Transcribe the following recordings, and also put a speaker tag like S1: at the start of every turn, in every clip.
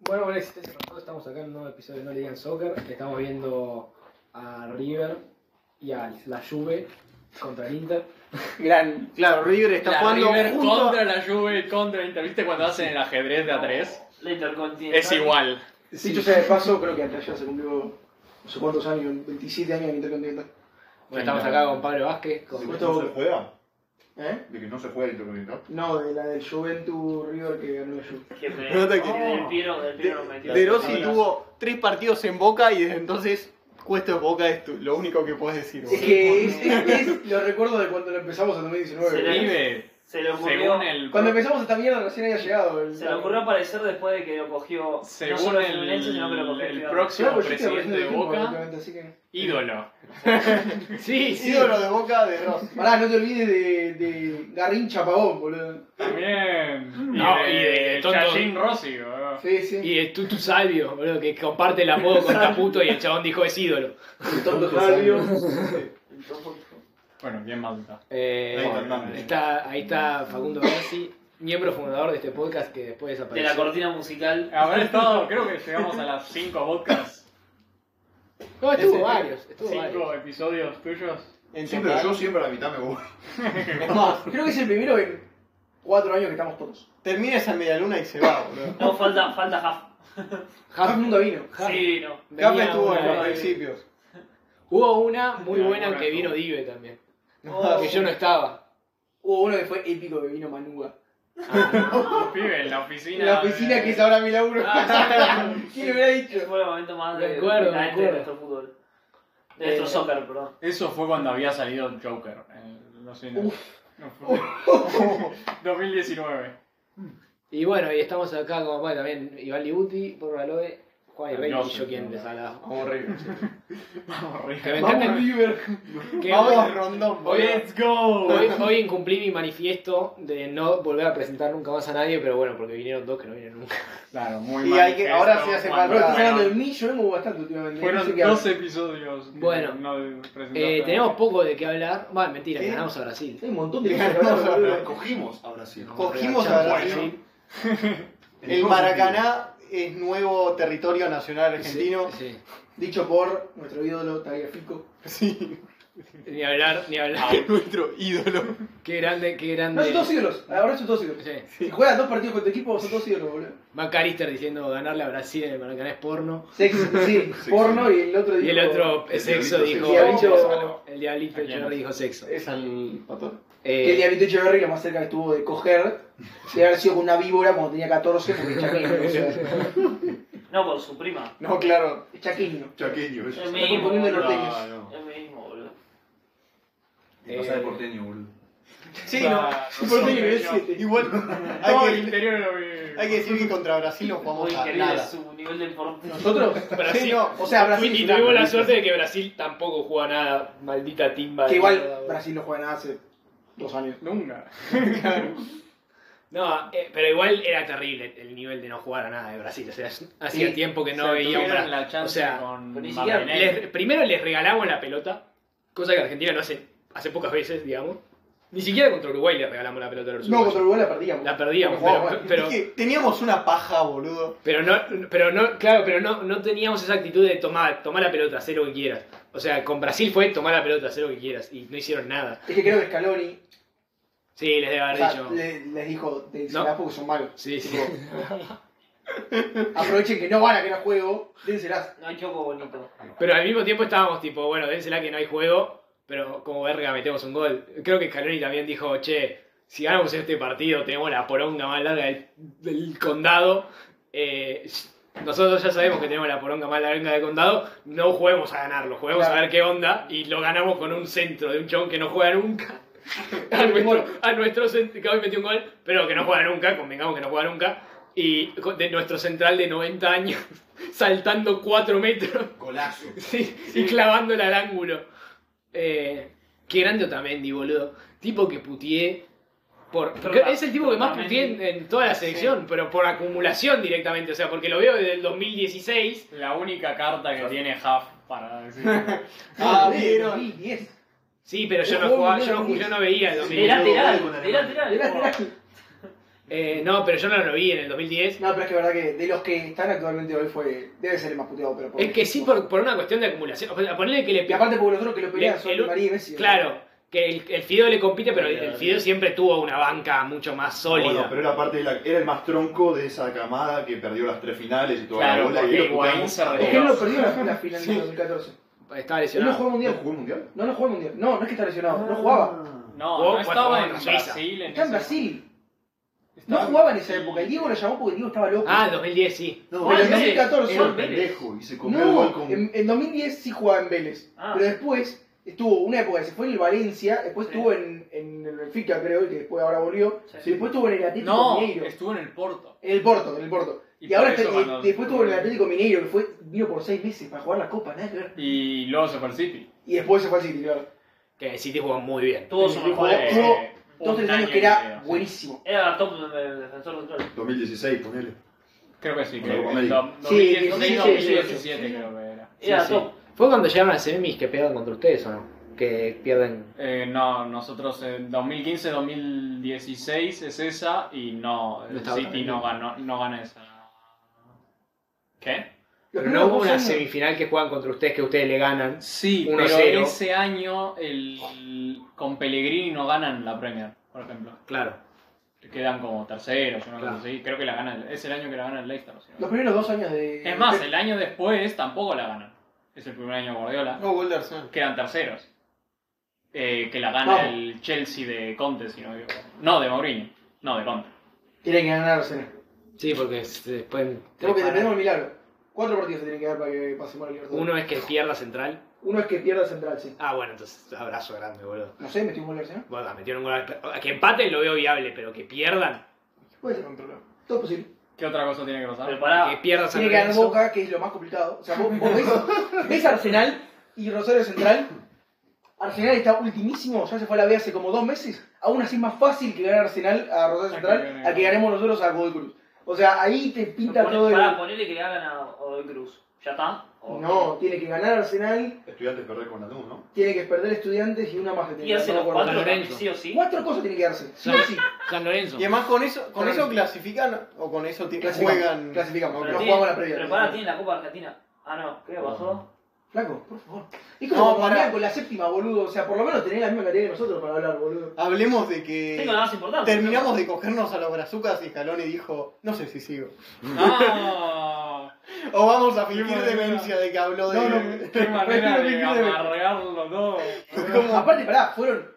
S1: Bueno, buena existencia, nosotros estamos acá en un nuevo episodio de No Le Digan Soccer. Estamos viendo a River y a la Juve contra el Inter.
S2: Gran.
S3: Claro, River está
S2: La
S3: jugando
S2: River
S3: junto a-
S2: contra la Juve y contra el Inter. ¿Viste cuando hacen el ajedrez de a tres?
S4: La Intercontinental.
S2: Es igual.
S3: Dicho sea de paso, creo que atrás ya se cumplió no sé cuántos años, 27 años en Intercontinental.
S1: Bueno, estamos acá con Pablo Vázquez, con
S3: Sí.
S5: ¿De que no se juega?
S3: ¿Eh?
S5: ¿De que no se juega el Intercontinental?
S3: No, de la del Juventus River que ganó la Juve.
S4: Que me-
S2: Nota
S4: que
S2: que-
S4: del Piero, del Piero nos metió.
S2: De Rossi
S4: Ahora,
S2: tuvo tres partidos en Boca y desde entonces Cuesta de Boca es tu- lo único que puedes decir.
S3: Es que es, es- es los recuerdos de cuando lo empezamos en 2019.
S2: Vive,
S4: Se le ocurrió,
S2: según el...
S3: Cuando empezamos esta mierda recién había llegado. El,
S4: se le ocurrió aparecer después de que lo cogió. no
S2: Según
S4: solo
S2: el,
S4: Fluminense, sino que lo cogió.
S2: el
S4: River.
S2: próximo
S3: Claro, pues yo estoy
S2: presidente de
S3: hablando del mismo,
S2: Boca,
S3: básicamente, así que-
S2: ídolo.
S1: Sí, sí.
S2: de Boca de Rossi.
S3: Pará, no te olvides de, de Garrin Chapabón, boludo.
S2: También.
S1: No,
S2: y
S1: y
S2: de
S1: de tonto.
S2: Chayín Rossi, boludo.
S3: Sí, sí.
S1: Y de Tutu Salvio, boludo, que comparte el apodo con Caputo y el chabón dijo es ídolo.
S3: El tonto Salvio.
S4: Entonces,
S2: Bueno, bien Malta.
S1: Eh,
S5: Ahí está Hernández.
S1: está, ahí está Facundo Gassi, miembro fundador de este podcast que después
S4: De
S1: desapareció.
S4: la cortina musical.
S2: Habrá estado, creo que llegamos a las 5 podcasts.
S1: No, estuvo
S2: Ese-
S1: varios, estuvo varios.
S2: 5 episodios tuyos.
S5: Sí, pero yo siempre a la mitad me voy.
S3: Es más, creo que es el primero en cuatro años que estamos todos.
S6: Termina esa medialuna y se va, boludo.
S4: No, falta, falta Huff.
S3: Todo el mundo vino.
S4: Sí, no.
S1: Venía
S6: Capa estuvo en
S1: una-
S6: los principios.
S1: Hubo una muy
S2: Alguna
S1: buena en que
S2: estuvo.
S1: vino Dive también,
S3: No,
S1: que yo no estaba.
S3: Oh, Hubo uno que fue épico que vino Manuga.
S2: Pibe, en la oficina.
S3: En la oficina que es ahora mi laburo. ¿Quién lo hubiera
S4: Ese
S3: dicho?
S4: fue el momento más
S1: Me
S4: de,
S1: acuerdo, me
S4: decadente de
S1: acuerdo.
S4: nuestro fútbol. De nuestro
S1: Eh,
S4: soccer, perdón.
S2: Eso fue cuando había salido Joker. eh, no sé. No, no fue- 2019.
S1: Y bueno, y estamos acá como bueno, también Iván Libuti, por Aloe, Juan y Rey y
S2: Joseph,
S1: yo quien
S2: ¿no?
S1: les habla.
S6: Vamos River.
S2: Vamos,
S1: Que me
S2: River.
S3: Vamos
S1: encanta
S3: River.
S1: que
S6: Vamos
S1: hoy,
S6: Rondón, boludo.
S2: Let's go.
S1: hoy, hoy incumplí mi manifiesto de no volver a presentar nunca más a nadie, pero bueno, porque vinieron dos que no vinieron nunca.
S2: Claro, muy
S6: Y
S2: mal
S6: hay que-
S2: gesto,
S6: ahora sí hace
S2: Juan,
S3: Ahora estás hablando de
S2: Fueron,
S3: mí, yo vengo bastante últimamente. No sé
S2: fueron
S3: qué
S2: dos
S3: hablo.
S2: episodios. que
S1: Bueno,
S2: no presentaste.
S1: Eh, tenemos poco de qué hablar. Va, mentira,
S6: ¿Qué?
S1: ganamos a Brasil.
S3: Hay un montón de
S6: Ganamos
S3: cosas.
S6: a
S3: boludo.
S5: Pero cogimos a Brasil.
S6: Cogimos
S1: Bueno,
S6: a Brasil. El Maracaná es nuevo territorio nacional argentino.
S1: Sí,
S3: Dicho por nuestro ídolo Tagliafico.
S6: Sí,
S1: sí. Ni hablar, ni hablar.
S5: Ah.
S6: nuestro ídolo.
S1: Qué grande, qué
S3: No, son
S1: grande.
S3: todos ídolos. Ahora son todos ídolos.
S1: Sí.
S3: Si juegas dos partidos con tu equipo, son todos ídolos, boludo.
S1: Macalister diciendo ganarle a Brasil en el Maracaná es porno.
S3: Sexo, sí, porno y el otro
S1: Y el
S3: dijo-
S1: otro eh, sexo
S5: diablito,
S1: dijo.
S3: sí. Diablito.
S1: El diablito
S2: ¿A quién?
S1: Echeverri dijo sexo.
S6: Es al patón.
S1: Eh,
S3: Que el diablito Echeverry lo más cerca que estuvo de coger, de haber sido con una víbora cuando tenía 14, porque chaqueño, o sea,
S4: No, con su prima.
S6: No, claro.
S3: chaqueño.
S5: Chaqueño, eso.
S4: El
S7: Eh,
S3: está
S4: mismo.
S3: componiendo
S4: boludo.
S3: norteños.
S5: Ah, no.
S4: El mismo, boludo.
S5: Y pasa de porteño, boludo.
S6: Sí, no.
S2: Ah,
S3: Por
S2: son
S3: ti,
S2: genios.
S3: es siete.
S6: Igual
S2: Todo el
S6: hay que,
S2: interior lo vi.
S6: hay que decir que contra Brasil no
S4: Muy
S6: jugamos a
S4: increíble
S6: nada.
S4: su nivel de deporte.
S3: Nosotros,
S1: Brasil.
S6: Sí, no.
S3: o sea, Brasil.
S1: y tuvimos la suerte de que Brasil tampoco juega nada. Maldita timba.
S3: Que
S1: de mierda,
S3: igual
S1: boludo.
S3: Brasil no juega nada hace dos años.
S2: Nunca.
S1: No, eh, pero igual era terrible el nivel de no jugar a nada de Brasil. O sea, es- hacía
S3: Sí.
S1: tiempo que no
S2: O sea,
S1: veía un
S2: tuvieron
S1: Brasil.
S2: la chance
S1: o sea,
S2: con
S4: pero ni siquiera
S2: Martinelli.
S1: Les- primero les regalamos la pelota, cosa que Argentina no hace hace pocas veces, digamos. Ni siquiera contra Uruguay le regalamos la pelota a los
S3: No,
S1: uruguayos.
S3: contra Uruguay la perdíamos.
S1: La perdíamos,
S3: Porque
S1: pero,
S3: jugaba mal.
S1: pero,
S6: Es que Eh, teníamos una paja, boludo.
S1: pero no, pero no, claro, pero no, no teníamos esa actitud de tomar, tomar la pelota, hacer lo que quieras. O sea, con Brasil fue tomar la pelota, hacer lo que quieras, y no hicieron nada.
S3: Es que creo que Scaloni
S1: Sí, les debe
S3: o
S1: haber
S3: sea,
S1: dicho.
S3: le- les dijo, de
S1: No.
S3: no. porque son malos.
S1: Sí, sí.
S3: Aprovechen que no van a que no juego, dénselas.
S4: No hay choco bonito.
S1: Pero al mismo tiempo estábamos tipo, bueno, dénsela que no hay juego, pero como verga metemos un gol. Creo que Scaloni también dijo, che, si ganamos este partido tenemos la poronga más larga del, del condado. Eh, nosotros ya sabemos que tenemos la poronga más larga del condado, no juguemos a ganarlo, juguemos a
S3: Claro.
S1: ver qué onda y lo ganamos con un centro de un chabón que no juega nunca. A nuestro, a nuestro cent- que hoy metió un gol, pero que no juega nunca, convengamos que no juega nunca. Y con- de nuestro central de 90 años, saltando 4 metros.
S5: Golazo.
S1: Sí, y clavándola al ángulo. Eh, qué grande Otamendi, boludo. Tipo que putié. Por,
S4: Pero-
S1: es el tipo que más putié en, en toda la selección, pero por acumulación directamente. O sea, porque lo veo desde el 2016.
S2: La única carta que tiene Huff para decir.
S6: Ah,
S3: No,
S6: vieron.
S3: sí, diez.
S1: Sí, pero yo
S3: El
S1: no,
S3: juego
S1: jugaba-
S3: no
S1: yo, no,
S3: era
S1: yo no veía el
S4: De
S1: 2016.
S4: lateral,
S5: con
S4: de
S5: Alemania.
S4: lateral.
S3: Era- era-
S1: Eh, no, pero yo no lo vi en el 2010.
S3: No, pero es que la verdad que de los que están actualmente hoy fue. Debe ser el más puteado, pero por
S1: Es que sí, por, por una cuestión de acumulación. O sea, ponerle que le
S3: Y aparte porque los otros que lo pelean
S1: Le-
S3: son
S1: el-
S3: María y Messi. ¿no?
S1: Claro, que el, el Fideo le compite, pero el, el Fideo siempre tuvo una banca mucho más
S5: Bueno,
S1: sólida.
S5: pero era parte de la- era el más tronco de esa camada que perdió las tres finales y toda
S7: Claro,
S5: la bola.
S7: porque
S5: y lo
S7: Higuaín
S5: puteamos
S7: se
S5: a todos.
S3: Es que él no perdió la, la final del 2014.
S1: Estaba
S3: Él no
S1: lesionado.
S3: jugó el
S5: ¿No
S3: mundial.
S5: jugó el mundial?
S3: No, no jugó el mundial. No, no es que está lesionado.
S4: Ah.
S3: No jugaba.
S7: No,
S1: Jugó-
S7: no
S1: pues,
S7: estaba
S1: jugó
S7: en
S1: con Suiza.
S7: Brasil.
S3: Está en
S7: ese-
S3: Brasil. No
S7: estaba en
S3: jugaba en esa
S7: Brasil.
S3: época. El Diego lo llamó porque el Diego estaba loco.
S1: Ah, 2010 sí.
S5: No,
S3: Pero
S5: Vélez
S3: en 2014
S5: era un
S4: no, Vélez.
S5: pendejo y se comió el gol
S3: No,
S5: con...
S3: en, en 2010 sí jugaba en Vélez.
S4: Ah.
S3: Pero después estuvo una época que se fue en el Valencia, después
S4: Sí.
S3: estuvo en, en el Benfica, creo, y que después ahora volvió.
S4: Sí.
S3: Y después estuvo en el Atlético
S7: No,
S3: Mineiro.
S7: estuvo en el Porto.
S3: En el Porto, en el Porto. Y,
S7: por
S3: ahora está-
S7: eso
S3: y-
S7: cuando-
S3: después estuvo en el Atlético Mineiro, que fue, vino por seis meses para jugar la Copa, nada que ver.
S7: Y luego se fue al City.
S3: Y después se fue al City, claro.
S1: Que el City jugó muy bien.
S4: Tuvo
S3: Sí,
S4: su
S3: jugó-
S4: mejor.
S3: jugó-
S4: época.
S7: Eh,
S3: Dos,
S7: un
S3: tres
S7: año
S3: años
S7: y
S3: que era
S7: medio, sí.
S3: buenísimo.
S4: Era top de- de- defensor central.
S5: 2016, ponele.
S7: Creo que sí,
S5: No,
S7: que
S5: Copa
S7: en
S5: América.
S7: do-
S3: Sí,
S7: 2016,
S3: 2017,
S7: 2017 creo que era.
S1: Sí,
S4: Era
S1: sí.
S4: top.
S1: ¿Fue cuando llegaron a semis que pierden contra ustedes o no? Que pierden.
S7: Eh, no, nosotros en 2015-2016 es esa y no, el
S1: No estaba
S7: City
S1: tan
S7: no
S1: bien.
S7: ganó, no gana esa. ¿Qué?
S3: Los
S1: Pero no
S3: primeros
S1: hubo
S3: dos
S1: una
S3: años-
S1: semifinal que juegan contra ustedes que ustedes le ganan.
S7: Sí,
S1: 1-0.
S7: pero ese año el, con Pellegrini no ganan la Premier, por ejemplo.
S1: Claro.
S7: Quedan como terceros, una cosa
S1: Claro.
S7: así. Creo que la gana, el- es el año que la gana el Leicester. si no me
S3: Los primeros dos años de.
S7: Es más,
S3: de-
S7: el año después tampoco la ganan. Es el primer año de Guardiola.
S6: No, gol de Arsenal.
S7: Quedan terceros. Eh, que la gana
S3: Vamos.
S7: el Chelsea de Conte, si no me equivoco. No, de Mourinho. No, de Conte.
S3: Tienen que ganar Arsenal.
S1: Sí, porque se pueden.
S3: Creo que
S1: preparar.
S3: dependemos del milagro. Cuatro partidos se tienen que dar para que pasemos al Libertadores.
S1: Uno es que pierda central.
S3: Uno es que pierda Central, sí.
S1: Ah, bueno, entonces abrazo grande, boludo.
S3: No sé, metió un gol de Arsenal.
S1: Bueno, metieron un gol al- Que empaten lo veo viable, pero que pierdan.
S3: Puede ser un problema. Todo es posible.
S7: ¿Qué otra cosa tiene que pasar?
S4: Pero pará.
S1: Que pierda San
S3: Tiene que ganar
S1: Lorenzo.
S3: Boca, que es lo más complicado. O sea, vos, vos ves, ves Arsenal y Rosario Central. Arsenal está ultimísimo, ya se fue a la B hace como dos meses. Aún así es más fácil que ganar Arsenal a Rosario
S7: A que
S3: Central
S7: gane
S3: a que ganemos nosotros a Godoy Cruz. O sea, ahí te pinta
S4: Pone-
S3: todo el...
S4: pará, ponele que le hagan a Godoy Cruz. ¿Ya está? ¿O-
S3: No, tiene que ganar Arsenal,
S5: Estudiantes perder con Lanús, ¿no?
S3: tiene que perder estudiantes y una más que tiene
S4: Y
S3: que
S4: hace
S3: ganar,
S4: los
S3: no me acuerdo.
S4: cuatro también,
S1: Lorenzo.
S4: sí o sí.
S3: Cuatro cosas tiene que darse, sí o sí.
S1: San Lorenzo.
S6: Y además con eso, con
S3: Claro.
S6: eso clasifican o con eso ti-
S3: Clasificamos,
S6: juegan.
S3: clasificamos,
S4: Pero
S3: no
S4: tiene-
S3: jugamos la previa.
S4: Pero pará, tiene la Copa Argentina. Ah, no. ¿Qué pasó?
S3: Flaco, por favor. Es
S6: No,
S3: como
S6: pará.
S3: no, con la séptima, boludo. O sea, por lo menos tenés la misma cantidad que nosotros para hablar, boludo.
S6: Hablemos de que
S4: Tengo la más importante.
S6: terminamos de cogernos a los brazucas y Scaloni dijo, no sé si sigo.
S7: ¡No!
S6: O vamos a fingir
S7: Qué
S6: demencia de que habló de...
S3: No, no.
S7: ¡Qué manera
S3: Prefiero
S7: de
S3: vivir de-
S7: amargarlo todo!
S6: ¿Cómo?
S3: Aparte, pará, fueron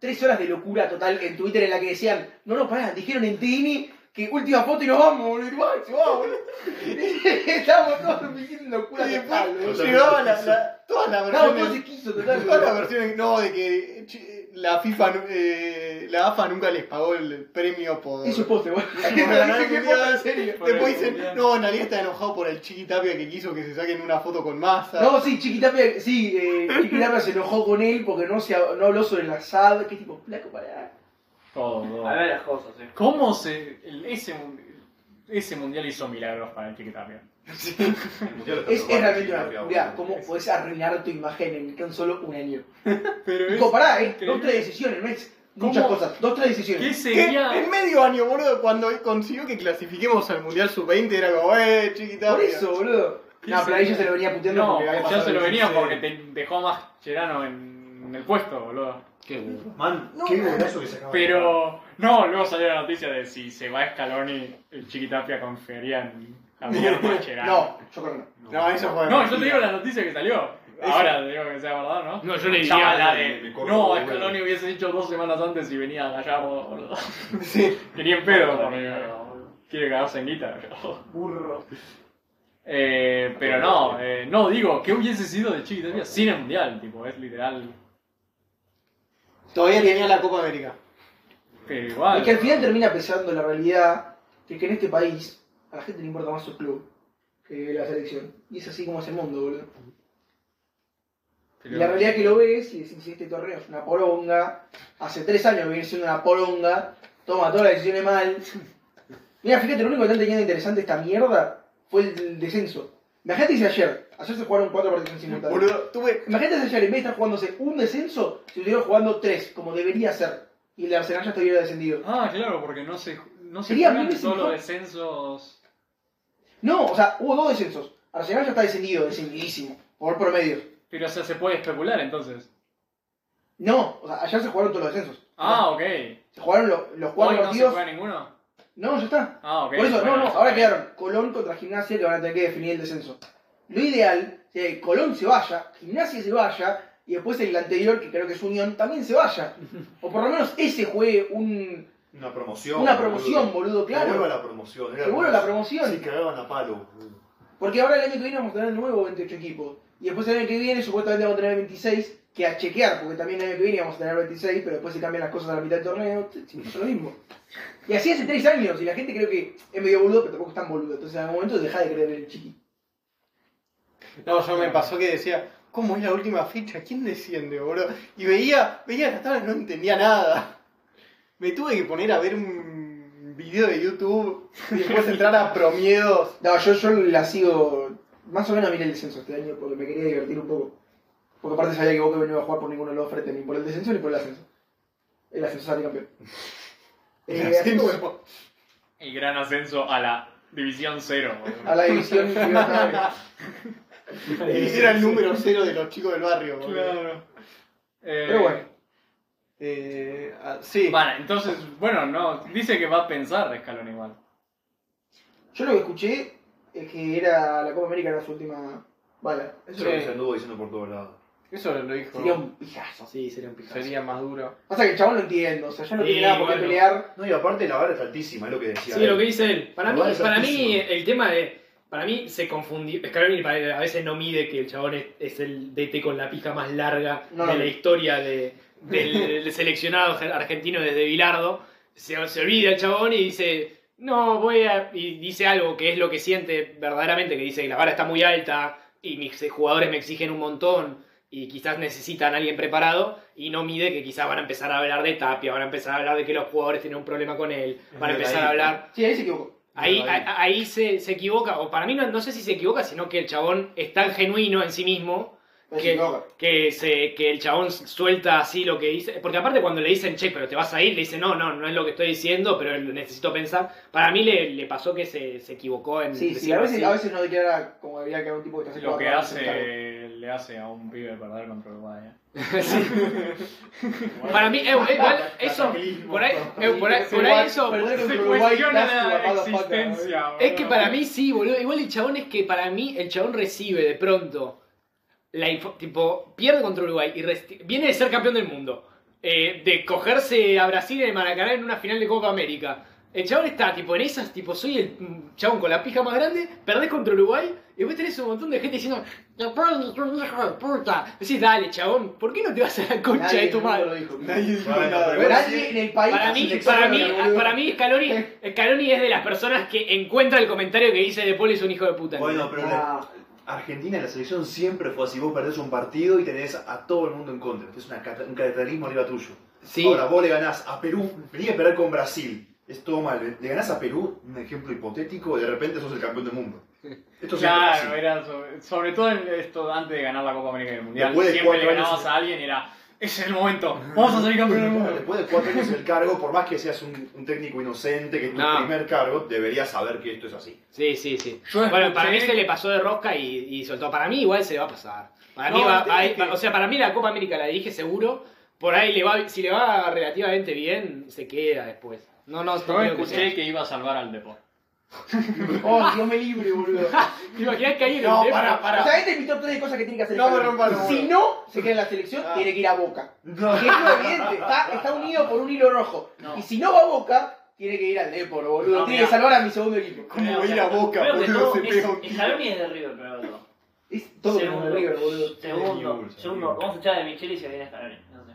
S3: tres horas de locura total en Twitter en la que decían, no, no, pará, dijeron en TN que última foto y nos vamos, boludo. Y guay, se va, boludo. Estábamos todos en locura
S6: Y
S3: total,
S6: después
S3: boludo.
S5: boludo.
S6: llegaba la, la- todas las
S3: Estábamos todos
S6: versiones...
S3: exquisos, total.
S6: Todas las
S3: boludo.
S6: versiones, no, de que ch- la FIFA, nu- eh, la AFA nunca les pagó el premio por...
S3: Eso es poste, boludo.
S6: por ganar el
S3: Dije,
S6: mundial.
S3: posta, en serio.
S7: Por el
S6: Después dicen,
S7: mundial.
S6: no, en realidad está enojado por el Chiqui Tapia que quiso que se saquen una foto con masa.
S3: No, sí, Chiquitapia, sí, eh, Chiquitapia se enojó con él porque no, se, no habló sobre la SAD, que es tipo, flaco, pará.
S7: Todo, todo.
S4: A ver las cosas, eh. sí.
S7: ¿Cómo se. el- ese, mun- ese mundial hizo milagros para el Chiqui Tapia?
S5: El mundial está
S3: Es, es
S5: probado,
S3: realmente
S5: sí,
S3: una
S5: campeón,
S3: mirá,
S5: boludo.
S3: cómo podés arruinar tu imagen en tan solo un año.
S7: Pero
S3: Digo, pará, eh,
S7: increíble.
S3: dos, tres decisiones, no es muchas
S7: ¿Cómo?
S3: cosas, dos, tres decisiones.
S7: ¿Qué
S6: Que
S7: sería.?
S6: En medio año, boludo, cuando consiguió que clasifiquemos al Mundial Sub-20 era como, eh, chiquita.
S3: Por eso, boludo.
S7: ¿Qué
S3: No, pero ahí ya
S7: sería?
S3: se lo venía puteando
S7: No,
S3: porque había
S7: ya
S3: pasado
S7: se lo
S3: el-
S7: venía
S6: sí.
S7: porque te dejó más Gerano en el puesto, boludo.
S1: Qué burro.
S5: Man, qué golazo que se acaba de dar.
S7: Pero no, luego salió la noticia de si se va Scaloni, el Chiquitapia confiaría en Javier Mascherano.
S3: No, yo creo que no.
S6: No, eso fue.
S7: no, yo te digo la noticia que salió. Ahora te digo que sea verdad, ¿no?
S1: No, yo le
S7: Ya
S1: diría-
S7: la
S5: me-
S7: de.
S5: me corro,
S7: No,
S5: me-
S7: Scaloni hubiese dicho dos semanas antes y venía Gallardo, boludo.
S6: Sí.
S7: Que ni en pedo, amigo. Quiere cagarse en guita, boludo.
S4: Burro.
S7: Eh, pero no, eh, no, digo, ¿qué hubiese sido de Chiquitapia sin el mundial? Tipo, es literal.
S6: Todavía tenía la Copa América.
S7: Pero igual.
S3: Es que al final termina pesando la realidad de que en este país a la gente le importa más su club que la selección. Y es así como es el mundo, boludo. Y
S7: Pero-
S3: la realidad que lo ves y decís, este torneo es una poronga, hace tres años que viene siendo una poronga, toma todas las decisiones mal. Mira, fíjate, lo único que están teniendo interesante esta mierda fue el descenso. Imagínate si ayer, ayer se jugaron cuatro partidos en simultáneo.
S6: Boludo, tuve.
S3: Imagínate si ayer en vez de estar jugándose un descenso, se estuvieron jugando tres, como debería ser. Y el Arsenal ya estuviera descendido.
S7: Ah, claro, porque no se, No se
S3: Sería
S7: acuerdan de
S3: mil
S7: todos los
S3: mejor.
S7: descensos.
S3: No, o sea, hubo dos descensos. Arsenal ya está descendido, descendidísimo, por promedios.
S7: Pero o sea, se puede especular entonces.
S3: No, o sea, ayer se jugaron todos los descensos.
S7: Ah, ok.
S3: Se jugaron lo- los
S7: Hoy
S3: cuatro
S7: no se
S3: partidos.
S7: juega ninguno.
S3: no, ya está.
S7: Ah, ok.
S3: Por eso,
S7: Bueno,
S3: no, no,
S7: está
S3: ahora
S7: bien.
S3: quedaron Colón contra Gimnasia que van a tener que definir el descenso. Lo ideal sería que Colón se vaya, Gimnasia se vaya y después el anterior, que creo que es Unión, también se vaya. O por lo menos ese juegue un,
S5: Una promoción.
S3: una promoción, boludo,
S5: Que vuelva
S3: claro.
S5: la promoción.
S3: Que vuelva la promoción.
S5: Sí, cagaban a palo.
S3: Porque ahora el año que viene vamos a tener nuevo 28 equipos. Y después el año que viene supuestamente vamos a tener 26, que a chequear, porque también el año que viene vamos a tener 26, pero después se cambian las cosas a la mitad del torneo, siempre es lo mismo. Y así hace 3 años, y la gente creo que es medio boludo, pero tampoco es tan boludo. Entonces en algún momento deja de creer en el chiqui.
S6: No, yo me pasó que decía, ¿cómo es la última fecha? ¿Quién desciende, boludo? Y veía, veía las tablas, no entendía nada. Me tuve que poner a ver un video de YouTube y después entrar a promiedos.
S3: No, yo, yo la sigo. Más o menos miré el descenso este año porque me quería divertir un poco. Porque aparte sabía que Boca no iba a jugar por ninguno de los frentes, ni por el descenso ni por el ascenso. El ascenso sale campeón. Eh, así que bueno,
S7: El gran ascenso a la División Cero. boludo.
S3: a la división. que iba a estar-
S6: Era el número cero de los chicos del barrio, boludo.
S7: Eh,
S3: Pero bueno.
S6: Eh, ah, sí.
S7: Vale, entonces, bueno, no. Dice que va a pensar Escalón igual.
S3: Yo lo que escuché es que era la Copa América era su última bala.
S5: Eso es lo
S6: Sí.
S5: que se anduvo diciendo por todos lados.
S6: Eso lo dijo.
S3: Sería un pijazo.
S1: Sí, sería un pijazo.
S6: Sería más duro.
S3: Pasa que el chabón lo entiendo, o sea, ya no
S1: Sí,
S3: tiene nada por qué
S1: bueno.
S3: pelear.
S5: No, y aparte la vara es altísima, es lo que decía.
S1: Sí, lo
S5: él.
S1: que dice él. Para mí,
S5: Igual es
S1: para mí
S5: altísimo.
S1: el tema de. Para mí se confundió. Scaloni para- a veces no mide que el chabón es, es el DT con la pija más larga
S3: No
S1: de
S3: lo
S1: la
S3: vi.
S1: historia de, del, del seleccionado ar- argentino desde Bilardo. Se, se olvida el chabón y dice. No, voy a. Y dice algo que es lo que siente verdaderamente: que dice que la vara está muy alta y mis eh, jugadores me exigen un montón y quizás necesitan a alguien preparado y no mide que quizás van a empezar a hablar de Tapia, van a empezar a hablar de que los jugadores tienen un problema con él, van a
S5: verdad,
S1: empezar a
S5: ¿no?
S1: hablar
S3: Sí, ahí se equivocó.
S1: Ahí,
S5: Ahí.
S1: a- ahí se, se equivoca, o para mí no, no sé si se equivoca, sino que el chabón es tan genuino en sí mismo
S3: Ahí se
S1: ¿Qué?
S3: equivoca.
S1: que, se, que el chabón suelta así lo que dice. Porque aparte cuando le dicen, che, pero te vas a ir, le dice, no, no, no es lo que estoy diciendo, pero necesito pensar. Para mí le, le pasó que se, se equivocó en...
S3: Sí, sí,
S1: decirlo
S3: a veces,
S1: así.
S3: a veces no declara como debería quedar un tipo que está hace
S7: Lo
S3: cuatro
S7: que
S3: años en cargo.
S7: hace le hace a un pibe perder contra Uruguay. ¿eh?
S1: Para mí, eh, eh, igual, eso,
S6: Cataclismo.
S1: por ahí, eh, por ahí- por ahí
S3: Igual,
S1: eso...
S3: perder
S7: Se
S3: contra Uruguay,
S7: cuestiona
S3: that's
S7: la
S3: what the fuck,
S7: existencia.
S3: ¿no?
S7: boludo.
S1: Es que para mí sí, boludo. Igual el chabón es que para mí el chabón recibe de pronto la info- tipo pierde contra Uruguay y resti- viene de ser campeón del mundo, eh, de cogerse a Brasil en el Maracaná en una final de Copa América. El chabón está tipo en esas, tipo soy el mm, chabón con la pija más grande, perdés contra Uruguay y vos tenés un montón de gente diciendo "La puta, tú, hijo de puta. Decís, dale chabón, ¿por qué no te vas a la concha
S3: Nadie
S1: de tu
S3: nunca
S1: madre?
S3: lo dijo.
S6: Nadie dijo
S5: Bueno,
S6: nada.
S5: pero-
S3: Nadie en el país.
S1: Para
S3: hace
S1: mí,
S3: un
S1: para mí,
S3: examen, boludo.
S1: para mí Scaloni, Scaloni es de las personas que encuentra el comentario que dice De Paul es un hijo de puta.
S5: Bueno, pero la-
S3: Ah,
S5: Argentina en la selección siempre fue así. Vos perdés un partido y tenés a todo el mundo en contra. Es una cata- un cataclismo arriba tuyo.
S1: sí.
S5: Ahora vos le ganás a Perú, venía a perder con Brasil. Es todo mal. ¿eh? Le ganás a Perú, un ejemplo hipotético, de repente sos el campeón del mundo. Esto es
S7: Claro, era sobre, sobre todo en esto antes de ganar la Copa América y el Mundial.
S5: Después de
S7: siempre le
S5: cuatro años-
S7: ganabas a alguien y era, es el momento, vamos a salir campeón del mundo.
S5: Después de cuatro años el cargo, por más que seas un, un técnico inocente, que es tu
S1: No.
S5: primer cargo, deberías saber que esto es así.
S1: Sí, sí, sí.
S7: Yo
S1: Bueno,
S7: escuché-
S1: para mí se le pasó de rosca y, y soltó. Para mí igual se le va a pasar. Para mí
S6: No,
S1: va,
S6: el tema
S1: va-
S6: es que-
S1: o sea, para mí la Copa América la dirige seguro. Por ahí le va, si le va relativamente bien, se queda después. No, no,
S7: Yo
S1: no creo que
S7: escuché que iba a salvar al deporte.
S3: Oh, Dios me libre, boludo.
S1: sea. ¿Te imaginas que alguien
S6: No,
S1: le-
S6: para, para.
S3: O sea, este es mi top 3 de cosas que tiene que hacer.
S6: No me
S3: Scaloni.
S6: rompan los huevos.
S3: Si no se queda en la selección,
S6: Ah.
S3: tiene que ir a Boca. Que es lo evidente, está, está unido por un hilo rojo.
S4: No.
S3: Y si no va a Boca, tiene que ir al Depor, boludo.
S4: No,
S3: tiene
S4: mirá.
S3: que salvar a mi segundo equipo.
S6: ¿Cómo voy a ir a Boca,
S4: Creo que
S6: boludo?
S4: todo
S6: Se
S4: es-
S6: pega un
S4: Scaloni es de River, pero no.
S3: Es todo como el River, boludo.
S4: Segundo,
S5: Newell's,
S4: segundo.
S5: Newell's.
S4: Vamos a echar de Micheli y se viene Scaloni. No sé.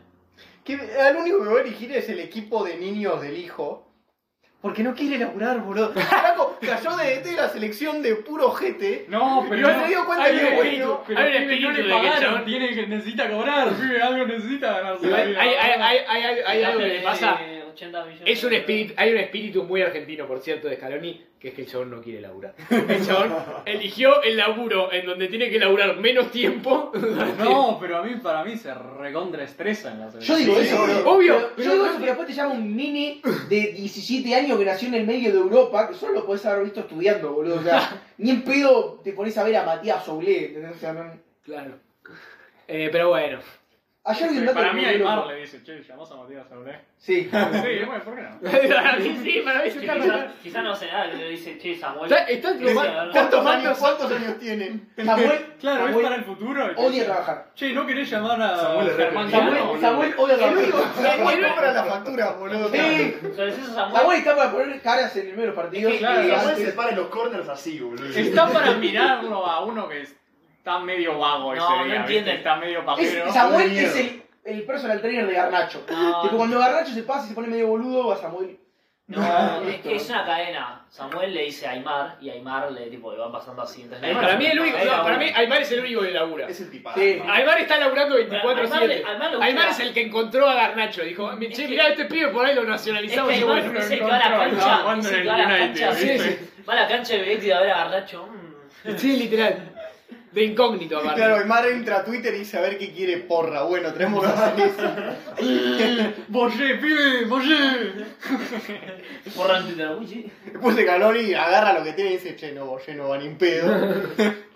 S6: Que al único que va a elegir es el equipo de niños del hijo. Porque no quiere laburar, boludo. Flaco, cayó de, de la selección de puro jete.
S7: No, pero.
S6: Yo se dio cuenta
S7: hay
S6: que
S7: un
S6: bueno,
S7: espíritu, pero
S1: hay un
S7: el pibe
S1: espíritu
S7: no le
S1: de que el
S7: pagaron,
S1: chabón-
S7: tiene que necesita cobrar, pibe, algo necesita ganarse.
S1: Igual
S7: la
S1: Hay,
S7: vida.
S1: hay, hay, hay- hay algo que le
S4: Eh,
S1: pasa.
S4: 80 millones.
S1: Es un
S4: de-
S1: espíritu, hay un espíritu muy argentino, por cierto, de Scaloni, que es que el chabón no quiere laburar. El chabón eligió el laburo en donde tiene que laburar menos tiempo.
S8: No, pero a mí, para mí se recontra estresa en la
S3: Yo
S8: selección.
S3: digo
S5: Sí,
S3: eso, boludo.
S1: obvio.
S3: Pero yo digo eso, pero después te llama un nene de 17 años que nació en el medio de Europa, que solo lo podés haber visto estudiando, boludo. O sea, ni en pedo te pones a ver a Matías Oblé. ¿entendés? O sea, no-
S1: Claro. Eh, pero bueno.
S3: Ayer vi un dato
S7: Para
S3: que
S7: mí
S3: me dio loco.
S7: Aymar le dice, che, llamás a Matías Aulé.
S3: Sí.
S7: Sí, bueno, ¿por qué no?
S1: sí, para mí se está
S4: Quizás quizá no sé nada, le dice, che, Samuel.
S1: Está- está
S4: Dice,
S1: tomando-
S4: a ver,
S6: ¿Cuántos
S1: ¿Cuántos
S6: años, cuántos años tienen?
S3: Samuel,
S8: Claro, es
S3: Samuel
S8: para el futuro. y te
S3: odia
S8: dicen,
S3: trabajar.
S8: Che, ¿no querés llamar a
S5: Samuel es re
S8: Germán
S5: pequeño,
S8: Cano, boludo?"
S3: Samuel, Samuel odia
S6: El
S3: trabajar.
S6: único Samuel compra las facturas, boludo.
S3: Sí.
S4: Sobre eso,
S3: Samuel
S4: Samuel.
S3: está para poner caras en el medio de los partidos.
S4: Es que,
S7: claro,
S3: y
S5: Samuel
S3: antes-
S5: se para en los corners así, boludo.
S7: Está para mirarlo a uno que está medio vago ese
S4: No,
S7: día.
S4: no
S7: ¿viste?
S4: entiende.
S7: Está medio
S3: es-
S7: pajero.
S3: Samuel
S5: Mierda.
S3: es el, el personal trainer de Garnacho.
S4: No,
S3: Tipo, cuando Garnacho se pasa y se pone medio boludo, a Samuel.
S4: No, es que es una cadena. Samuel le dice a Aymar y Aymar le tipo le van pasando así. Entonces,
S1: Eh, Para mí, el único,
S4: Ahí
S1: no,
S4: la
S1: para mí
S4: uno.
S1: Aymar es el único que labura.
S5: Es el tipazo.
S3: Sí.
S5: ¿no?
S1: Aymar está laburando
S4: Aymar le-
S1: 24-7.
S4: Aymar lo
S1: Aymar
S4: busca.
S1: es el que encontró a Garnacho. Dijo,
S4: Es
S1: che,
S4: que-
S1: mirá, este pibe por ahí lo
S4: Es que
S1: nacionalizamos. y
S4: Aymar
S1: bueno.
S4: es el que va a la
S7: Estaba
S4: cancha.
S7: jugando
S4: Es
S7: en
S4: el
S7: el
S4: que va a la
S7: United,
S4: cancha.
S1: ¿viste?
S4: Va a la cancha de Betis a ver a Garnacho. mm.
S1: Sí, literal. De incógnito, aparte.
S6: Claro, Aymar entra a Twitter y dice a ver qué quiere porra. Bueno, tenemos a Celeste.
S7: ¡Boyé, pibe! ¡Boyé!
S4: Porra en Twitter. Uy, sí.
S6: Puse calor y agarra lo que tiene y dice, che, no, Boyé no va ni en pedo.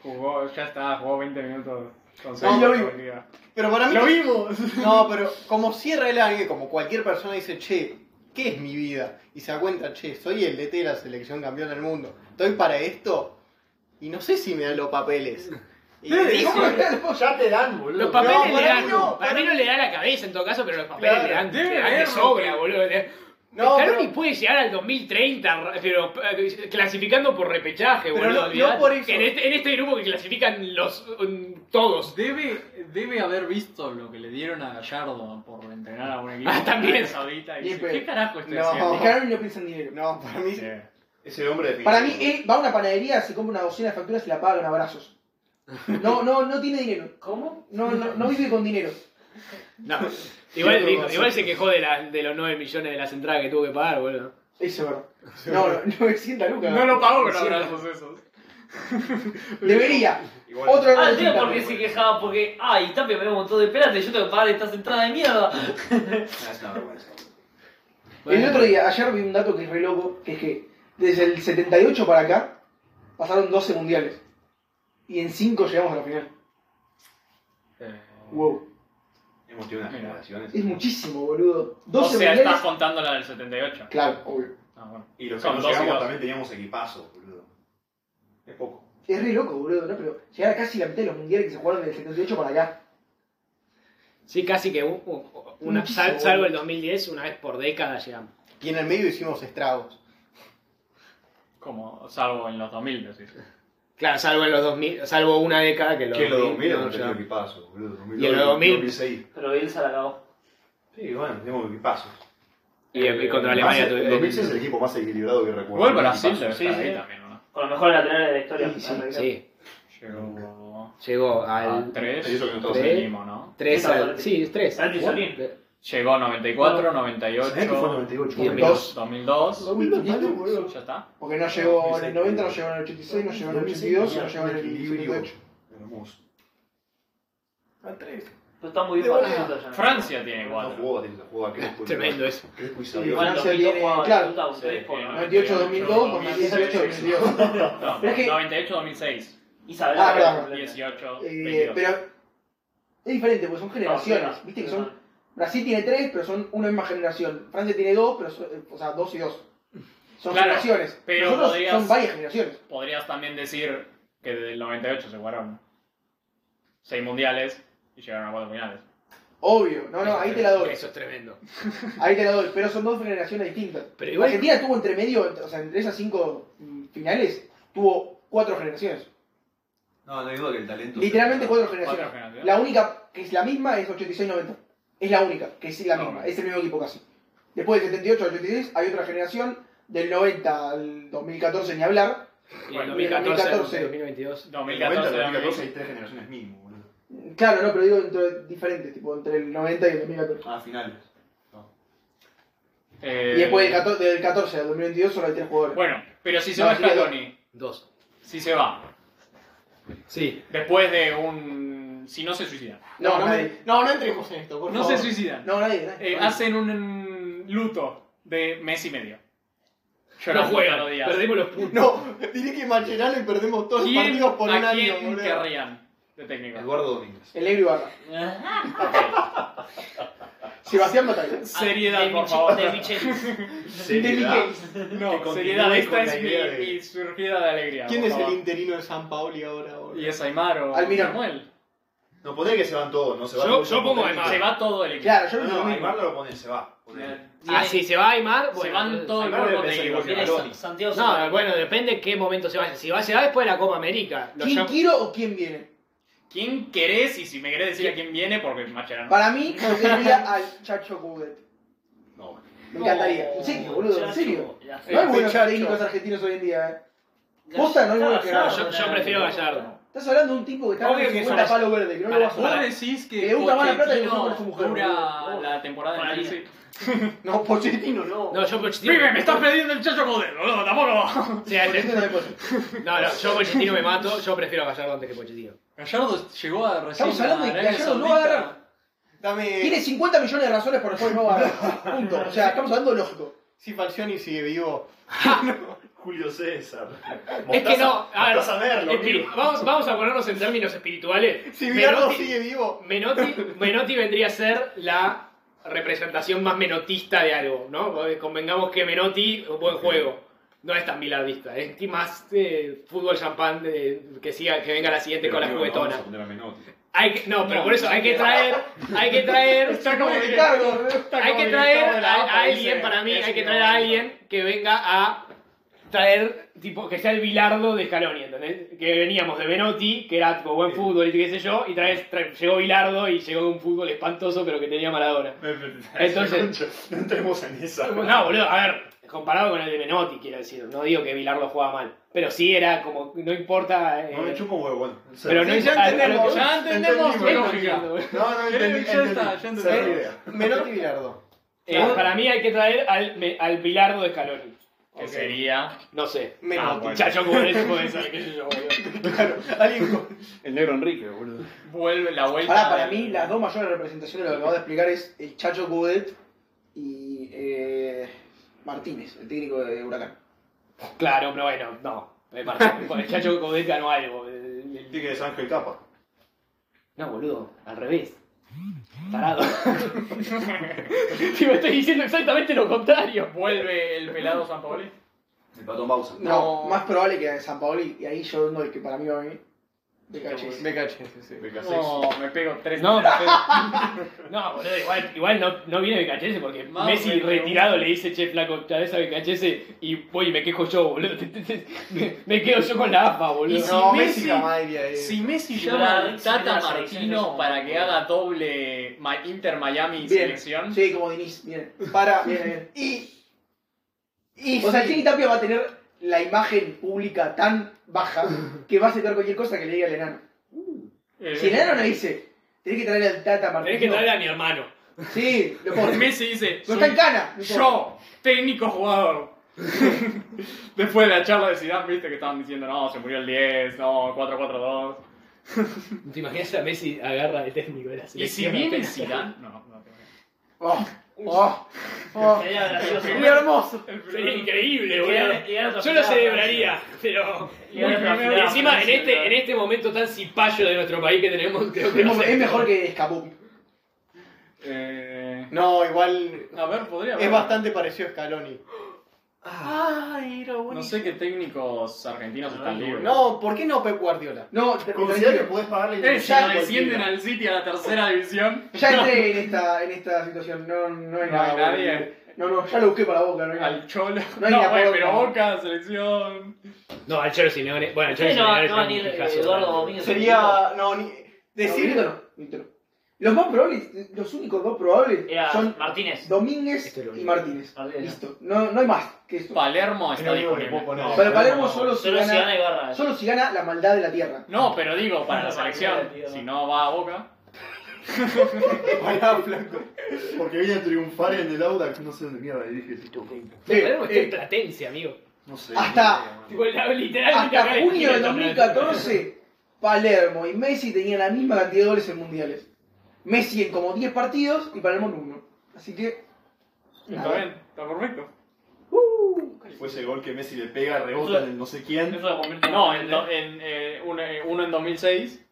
S7: Jugó, ya está, jugó 20 minutos. con
S6: No,
S7: seis
S6: lo
S7: goles por liga.
S6: Pero para mí.
S7: ¡Lo vimos!
S6: No, pero como cierra el año, como cualquier persona dice, che, ¿qué es mi vida? Y se da cuenta, che, soy el DT de la selección campeón del mundo. Estoy para esto y no sé si me dan los papeles. Y dice,
S5: Ya te dan, boludo.
S1: Los papeles
S6: No, para
S1: le dan.
S6: mí no,
S1: para
S6: para
S1: mí no
S6: mí-
S1: le da la cabeza en todo caso, pero los papeles
S6: Claro,
S1: le dan.
S7: debe
S1: le dan de
S7: haber,
S1: sobra,
S7: porque-
S1: boludo. Le-
S6: No,
S1: Scaloni
S6: pero-
S1: puede llegar al 2030, pero eh, clasificando por repechaje,
S6: Pero
S1: boludo.
S6: no- no
S1: olvidate.
S6: por eso.
S1: En este, en este grupo que clasifican los um, todos.
S8: Debe, debe haber visto lo que le dieron a Gallardo por entrenar a un equipo.
S1: Ah, también.
S7: Saudita y
S3: Ni
S7: dice,
S3: pedo.
S7: ¿Qué carajo estoy
S6: No.
S3: Es
S7: haciendo?
S3: que Garnacho no piensa en dinero.
S6: No, para mí.
S7: Sí.
S5: Ese hombre de
S3: Para mí, él va a una panadería, se compra una docena de facturas y la paga en abrazos. No, no, no tiene dinero.
S4: ¿Cómo?
S3: No, no, no vive con dinero.
S1: No. Igual,
S5: Sí,
S1: dijo-
S5: no,
S1: igual
S5: sí.
S1: se quejó de, la- de los 9 millones de las entradas que tuvo que pagar, boludo.
S3: Eso es verdad. No, no, 900 lucas.
S7: No lo pago con
S3: Siempre.
S7: abrazos esos.
S3: Debería.
S5: Igual,
S3: Otro
S4: Ah,
S3: error
S4: tío,
S3: de
S4: porque
S3: Tita.
S4: se quejaba porque. Ay, Tapia me dio un montón de espérate, yo tengo que pagar esta entrada de mierda.
S5: Ah, Es una vergüenza.
S3: El otro día, ayer vi un dato que es re loco, que es que desde el 78 para acá pasaron 12 mundiales. Y en 5 llegamos a la final. Wow.
S5: Hemos tenido unas
S7: Mira.
S5: generaciones.
S3: Es muchísimo, boludo.
S7: O
S3: 12
S7: sea,
S3: mundiales.
S7: estás contando la del 78.
S3: Claro, obvio.
S7: Ah, bueno.
S5: Y los que
S7: Son
S5: nos
S7: dos y
S5: llegamos
S7: dos.
S5: también teníamos equipazo, boludo. Es poco.
S3: Es re loco, boludo, ¿no? Pero llegar a casi la mitad de los mundiales que se jugaron del 78 para acá.
S1: Sí, casi que un- un- una, sal- salvo el 2010, una vez por década llegamos.
S6: Y en el medio hicimos estragos.
S7: Como, salvo en los 2000, decís.
S1: Claro, salvo en los 2000, salvo una década que los
S5: Que los
S1: 2000
S5: 2000
S1: no
S5: hemos tenido
S1: llegamos.
S5: equipazo, boludo.
S1: Y en los 2000.
S5: 2006.
S4: Pero Bielsa la cagó.
S5: Sí, bueno, tenemos equipazos.
S1: Y eh, contra Alemania
S5: Además,
S1: tuve-
S5: el 2006 es el equipo más equilibrado que recuerdo.
S7: Igual Brasil
S5: Equipazo.
S7: debe
S4: Sí,
S7: estar
S4: sí.
S7: ahí también, ¿no?
S4: Con los mejores laterales de la historia.
S3: Sí, sí,
S4: la realidad.
S1: Sí,
S7: Llegó
S1: llegó
S7: a
S1: al
S7: 3,
S5: Eso que nosotros
S1: tres.
S7: ¿no?
S1: 3
S4: Esa
S1: al...
S4: parte.
S1: Sí, es eh, 3.
S4: Santi Solín.
S7: Llegó 94,
S5: ¿Sabés que fue
S7: 98,
S5: 98?
S1: Y en
S5: 2002.
S3: 2002.
S7: 2002.
S3: Uy, malo, boludo.
S7: ¿Ya está?
S3: Porque no llegó en el
S5: 2007,
S3: 90, no llegó en el 86, no llegó en el 82, no llegó en el
S5: equilibrio
S3: 78.
S5: hermoso.
S4: Pero está muy bien partido ya.
S7: Francia tiene
S5: No
S7: 4.
S5: jugó, la jugó a Crespo. y-
S1: Tremendo eso.
S5: Crespo y
S3: Sí,
S5: Sabio.
S3: bueno. Francia
S4: Igual en 2002
S3: tiene-
S4: jugaba
S3: claro.
S4: Tottenham, ustedes por-
S3: 98, 2002, con 18, 22.
S7: No,
S3: Pero es que-
S7: 98, 2006.
S4: Isabel
S3: Ah,
S4: era
S3: perdón.
S4: completa.
S7: 18,
S3: Eh,
S7: 22.
S3: pero es diferente, porque son
S4: No,
S3: generaciones.
S4: sí,
S3: Viste que
S4: no,
S3: son. Brasil tiene tres, pero son una misma generación. Francia tiene dos, pero son, eh, o sea, dos y dos. Son
S7: Claro,
S3: generaciones.
S7: pero
S3: Nosotros
S7: podrías-
S3: son varias generaciones.
S7: Podrías también decir que desde el 98 se jugaron 6 mundiales y llegaron a 4 finales.
S3: Obvio, no, no, ahí te la doy.
S1: Eso es tremendo.
S3: Ahí te la doy, pero son dos generaciones distintas.
S1: Pero igual-
S3: Argentina tuvo entre medio, o sea, entre esas cinco mm, finales, tuvo cuatro generaciones.
S5: No, no hay duda que el talento.
S3: Literalmente cuatro
S7: Cuatro
S3: generaciones.
S7: generaciones.
S3: La única que es la misma es 86-90. Es la única que es la
S7: No,
S3: misma.
S7: no.
S3: Es el mismo equipo casi. Después del 78 al 86 hay otra generación. Del 90 al 2014 ni hablar.
S1: Y en
S7: Bueno,
S1: 2014,
S3: 2014.
S1: 2022.
S5: En el 90,
S7: 2014,
S5: 2014
S7: 2014.
S5: hay tres generaciones mínimo, boludo.
S3: Claro, no, pero digo entre diferentes, tipo entre el 90 y el 2014.
S5: Ah, finales. No.
S7: Eh,
S3: Y después del 14, del 14 al 2022 solo hay tres jugadores.
S7: Bueno, pero si se
S3: No,
S7: va
S3: así que-
S7: Scaloni,
S1: Dos.
S7: si se va,
S1: Sí.
S7: después de un... si no se suicida.
S6: No, no,
S3: nadie.
S6: no, no entremos en esto, por
S7: No
S6: favor.
S7: se suicidan.
S3: No, nadie, nadie.
S7: Eh, hacen un mm, luto de mes y medio.
S1: no
S7: Llorando
S1: juegan.
S7: todos los días.
S1: Perdimos los puntos.
S6: No, diré que Mascherano y perdemos todos los
S7: ¿Quién,
S6: partidos por un
S7: ¿A
S6: año,
S7: quién
S6: boludo.
S7: querrían de técnico?
S5: Eduardo Domínguez.
S3: El negro y Barra. Sebastián Batalla.
S7: Seriedad,
S4: de
S7: por
S4: Mich-
S7: favor.
S4: De Michelis.
S5: Seriedad. Que
S7: No,
S5: continúe
S7: seriedad. Esta
S5: con la
S7: es mi,
S5: idea de-
S7: mi surgida de alegría.
S6: ¿Quién
S7: por
S6: es el
S7: favor.
S6: interino de San Pauli ahora, boludo?
S7: Y es Aymar o
S3: Almirón.
S7: Manuel.
S5: No ponés que se van todos, no se va.
S1: Yo-
S5: todo.
S1: yo pongo a Aymar.
S7: Se va todo el equipo.
S3: Claro, yo
S5: No,
S3: no,
S5: no,
S3: lo
S5: Aymar
S3: mismo.
S5: no lo pones, se va. Ponele.
S1: Ah, si se va Aymar, bueno, eh,
S7: se van todo el
S5: Aymar
S7: cuerpo
S3: Ah,
S5: debe ser
S7: técnico.
S5: igual
S4: Tiene Sa- Santiago
S1: No,
S4: Santos.
S1: bueno, depende qué momento se vaya. Si va, se va después de la Copa América. Lo
S3: ¿Quién
S1: llamo-
S3: quiero o quién viene?
S7: ¿Quién querés y si me querés decir a quién viene? Porque Macherano.
S3: Para mí, sería al Chacho Coudet.
S5: No, bueno.
S3: Me encantaría. En serio, boludo, en
S4: Ya
S3: serio.
S4: estuvo, ya está.
S3: No hay buenos
S6: Chacho.
S3: técnicos argentinos hoy en día, eh. Posta, no hay buenos que ganan.
S1: yo, yo prefiero Gallardo.
S3: Estás hablando de un tipo que está
S8: Obvio
S3: con
S8: que
S3: 50
S8: son-
S3: palos verdes, que no lo
S8: Para,
S3: vas a
S8: vos
S3: parar.
S8: decís
S3: Que
S8: que
S3: le gusta más la plata que le
S8: Pochettino
S3: gusta más su mujer,
S8: dura
S3: boludo.
S8: la temporada
S7: Para mí
S8: entera.
S7: sí.
S6: No, Pochettino no.
S1: No, yo Pochettino.
S7: Vive, me estás pidiendo el chacho Godet, boludo, tampoco.
S1: O sea,
S3: Pochettino
S1: no,
S3: también puede ser.
S1: eh, no, yo Pochettino me mato. Yo prefiero a Gallardo antes que Pochettino.
S8: Gallardo llegó a recién
S3: Estamos hablando de
S8: a
S3: que
S8: Arabia
S3: Gallardo no
S8: Saudita.
S3: agarra-
S6: Dame.
S3: Tiene 50 millones de razones por las cuales no va a ganar. Punto. O sea, estamos hablando de lógico.
S6: Si Falcioni sigue vivo.
S5: Julio César.
S1: Es que no. A ver,
S5: Vas a verlo.
S1: espiri-
S5: amigo.
S1: vamos, vamos a ponernos en términos espirituales.
S6: Si Bilardo
S1: Menotti-
S6: sigue vivo.
S1: Menotti, Menotti vendría a ser la representación más menotista de algo, ¿no? Porque Convengamos que Menotti, un buen juego, no es tan bilardista, es más eh, fútbol champán de- que siga, que venga la siguiente
S5: Pero,
S1: con la
S5: amigo, no vamos
S1: juguetona.
S5: a poner a Menotti.
S1: Hay que- no, pero
S7: No,
S1: por eso hay que traer, hay que traer,
S7: que- está
S1: hay
S7: como
S1: que
S7: el
S1: traer
S7: director de
S1: a,
S7: la AFA,
S1: a
S7: dice,
S1: alguien, para mí,
S7: es
S1: hay que
S7: mi
S1: traer a
S7: momento.
S1: alguien que venga a traer, tipo, que sea el Bilardo de Scaloni, ¿entendés? Que veníamos de Benotti, que era tipo buen fútbol y qué sé yo, y traes, tra- llegó Bilardo y llegó un fútbol espantoso pero que tenía Maradona. Entonces-
S5: Concha, no entremos en esa.
S1: No, boludo, a ver, comparado con el de Menotti, quiero decir, no digo que Bilardo juega mal, pero sí era como, no importa... eh,
S5: No me chupo un huevo, bueno.
S1: pero no
S6: Sí, ya
S1: a- a-
S6: entendemos.
S1: ya-
S7: Ya entendemos la
S6: Entendimos,
S7: lógica.
S5: No, no, entendí,
S8: Ya
S5: entendí.
S8: está, ya entendí.
S5: Cerré la idea.
S6: Menotti y Bilardo.
S1: eh, para mí hay que traer al, me- al Bilardo de Scaloni.
S7: Que sería.
S1: No sé.
S6: Menotti.
S7: Ah, bueno.
S1: Chacho, como eso puede ser, qué sé yo, boludo.
S6: Alguien con-
S9: El negro Enrique, boludo.
S7: Vuelve la vuelta.
S3: Ahora, para
S7: del-
S3: mí, las dos mayores representaciones de lo que acabo de explicar es el Chacho Coudet y eh, Martínez, el técnico de Huracán.
S1: Claro, pero bueno, no. Eh, Martín, con el Chacho Coudet ganó algo. El- el-
S5: Tiene que ser Ángel Capa.
S1: No, boludo, al revés. Tarado. si me estoy diciendo exactamente lo contrario.
S7: Vuelve el pelado San Paoli.
S5: El patón Bausa.
S3: No,
S6: No.
S3: más probable que San Paoli, y ahí yo vengo el que para mí va a venir. De Cachis.
S6: Me caché, sí, sí.
S5: Me casé.
S7: No, me pego tres.
S1: No, no, boludo, igual, igual no, no viene Becachese porque
S8: Más o
S1: Messi
S8: menos.
S1: retirado le dice che flaco cabeza Becachese y voy y me quejo yo, boludo. Me, me quedo yo con la AFA, boludo.
S7: Y si
S6: No, Messi
S7: Messi-
S6: Gamaya, eh.
S7: Si Messi
S4: Si
S7: llama
S4: la-
S7: al Tata
S4: si la selección
S7: Martino
S4: es-
S7: para que haga doble Ma- Inter Miami y
S3: Bien.
S7: selección.
S3: Sí, como Diniz, bien.
S6: Para.
S3: Bien, bien.
S6: Y. Y.
S3: O sea,
S6: si-
S3: Chiqui Tapia va a tener la imagen pública tan baja que va a aceptar cualquier cosa que le diga el enano.
S7: Eh,
S3: Si el enano le dice, tenés que traer al Tata
S1: Tenés
S3: Martínez.
S1: que traer a mi hermano.
S3: Sí, lo pongo.
S7: Messi dice.
S3: No está
S7: "Soy
S3: en cana. no importa.
S7: Yo, técnico jugador. Después de la charla de Zidane, viste que estaban diciendo, no, se murió el 10, no, 4-4-2.
S1: ¿Te imaginas a Messi agarra de técnico de la
S7: Y si viene Zidane, no, no, no.
S3: Oh, oh, oh.
S4: Sería gracioso.
S6: Sería hermoso.
S1: Sería increíble,
S4: Y era-
S1: boludo.
S4: y era otra
S1: Yo lo
S4: final,
S1: celebraría, pero.
S4: Y era otra final,
S1: encima, en
S4: Francia,
S1: este,
S4: ¿verdad?
S1: en este momento tan cipallo de nuestro país que tenemos, creo que.
S3: Es,
S1: no
S3: mo-
S1: sé.
S3: es mejor que escapó.
S7: Eh,
S6: No, igual.
S7: a ver, podría haber.
S6: Es bastante parecido a Scaloni.
S7: No sé qué técnicos argentinos están libres.
S6: No, ¿por qué no Pep Guardiola?
S3: No, te-
S5: Considera que
S3: tranquilo.
S5: podés pagarle
S7: Eh, si
S3: Ya,
S7: descienden al City a la tercera división,
S3: ya entré en esta, en esta situación. No, no hay
S7: No
S3: nada.
S7: hay nadie.
S3: No, no, ya lo busqué para boca. No hay nada.
S7: al Cholo.
S3: No
S7: No,
S3: hay la
S7: bueno,
S3: Boca.
S7: pero Boca, selección.
S1: No, al Chelsea le gané. Bueno, al
S4: Ustedes
S1: Chelsea
S4: no va
S1: le
S4: no va a venir eh, Eduardo Domínguez.
S6: Sería. No, ni.
S3: No,
S6: Decir.
S3: Milito no, Milito no. Los más probables, los únicos dos probables
S4: Era
S3: son
S4: Martínez.
S3: Domínguez
S1: Este es lo
S3: y
S1: único.
S3: Martínez.
S4: Martínez.
S3: Listo. No, no hay más que eso.
S7: Palermo
S5: Es
S7: está
S5: lo único que
S7: disponible.
S5: puedo poner.
S3: Para Palermo
S5: no.
S3: solo si
S4: Solo si
S3: gana,
S4: gana Ibarra.
S3: solo si gana la maldad de la tierra.
S7: No, pero digo, para la
S4: No,
S7: selección,
S4: tío, no.
S7: si no va a Boca.
S6: Pará, flaco.
S5: Porque vine a triunfar en el Audax, no sé dónde mierda, y dije,
S1: Pero
S3: eh,
S1: Palermo está en Platense, amigo.
S5: no sé.
S3: Ah, Hasta-
S5: no sé,
S1: Tipo, la- literalmente acá
S3: Hasta
S1: en la
S3: junio del
S1: esquina está
S3: 2014, Palermo y Messi tenían la misma cantidad de goles en mundiales. Messi en como 10 partidos y Palermo en uno. Así que.
S7: Está bien, está perfecto.
S5: Fue ese gol que Messi le pega, rebota en el no sé quién.
S7: Eso lo convierte en No, en, do- en, eh, uno, eh, uno en 2006.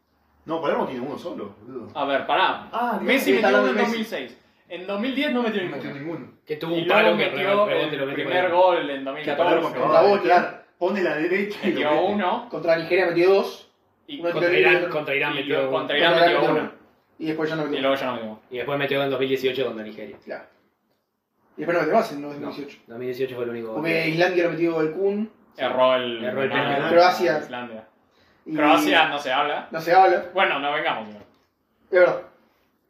S5: No, Palermo tiene uno solo, boludo.
S7: A ver, pará.
S5: Ah,
S7: Messi
S2: está
S7: metió uno
S2: hablando
S7: en
S2: de Messi.
S7: 2006. En 2010 no metió
S5: No metió
S7: ninguno.
S5: ninguno.
S1: Que tuvo
S7: Y
S1: un
S7: luego
S1: palo que
S7: metió
S1: rebote,
S7: el
S1: lo metió
S7: primer
S1: con-
S7: gol en
S5: Que a Palermo
S7: 2014.
S5: acababa de tirar, pone la derecha y lo
S7: Metió
S5: mete.
S7: uno.
S3: Contra Nigeria metió 2.
S7: Y
S3: Uno
S1: Contra Irán, contra Irán
S7: y
S1: metió
S7: luego
S1: gol.
S7: contra Irán metió uno.
S3: Y después ya no
S7: Y
S3: metió.
S7: luego ya no metió.
S1: Y después metió en 2018 contra Nigeria.
S3: Claro. Y después no metió más en
S1: No,
S3: 2018.
S1: 2018 fue el único. gol.
S3: Porque Islandia lo metió el Kun.
S7: Erró el.
S1: Erró el
S7: penal.
S1: penal.
S3: Croacia.
S7: Islandia.
S3: y-
S7: Croacia no se habla.
S3: No se habla.
S7: Bueno, no vengamos. igual.
S3: Es verdad.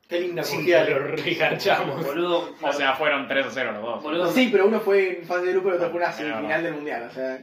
S6: Qué linda
S1: Sí,
S6: cogida.
S1: lo regachamos.
S4: Boludo,
S7: O sea, fueron 3 a 0 los dos.
S4: boludo.
S3: Sí, pero uno fue en fase de grupo y el otro fue una
S7: Es verdad.
S3: semifinal del mundial. O sea.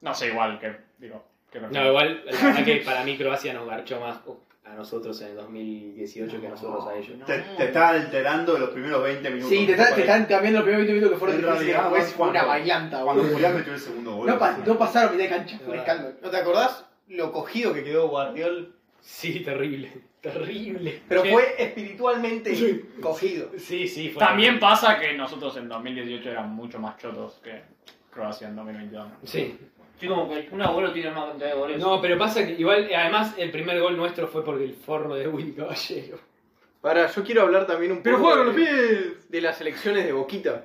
S7: No sé, igual que. Digo, que
S1: No, igual, la verdad que para mí Croacia nos garchó más a nosotros en el 2018 que a nosotros a ellos.
S5: Te, te está alterando los primeros 20 minutos.
S3: Sí, te, está- te
S5: Parece-
S3: están cambiando los primeros 20 minutos que fueron
S5: En
S3: difíciles.
S5: realidad,
S3: Después fue una
S5: cuando-
S3: bailanta,
S5: Cuando
S3: boludo.
S5: Julián metió el segundo gol.
S3: No, pa- no pasaron mitad de cancha. Fue un
S1: Es verdad.
S3: escándalo.
S6: ¿No te acordás lo cogido que quedó Guardiol?
S1: Sí, terrible. Terrible.
S6: Pero
S7: Sí.
S6: fue espiritualmente cogido.
S1: Sí, sí, fue.
S7: También pasa que nosotros en 2018 eran mucho más chotos que Croacia en 2022.
S1: Sí.
S4: Sí, como que un abuelo tiene más cantidad de goles.
S1: No, pero pasa que igual, además, el primer gol nuestro fue porque el forro de Willy Caballero.
S6: Para, yo quiero hablar también un poco de,
S7: pies!
S6: de las elecciones de Boquita.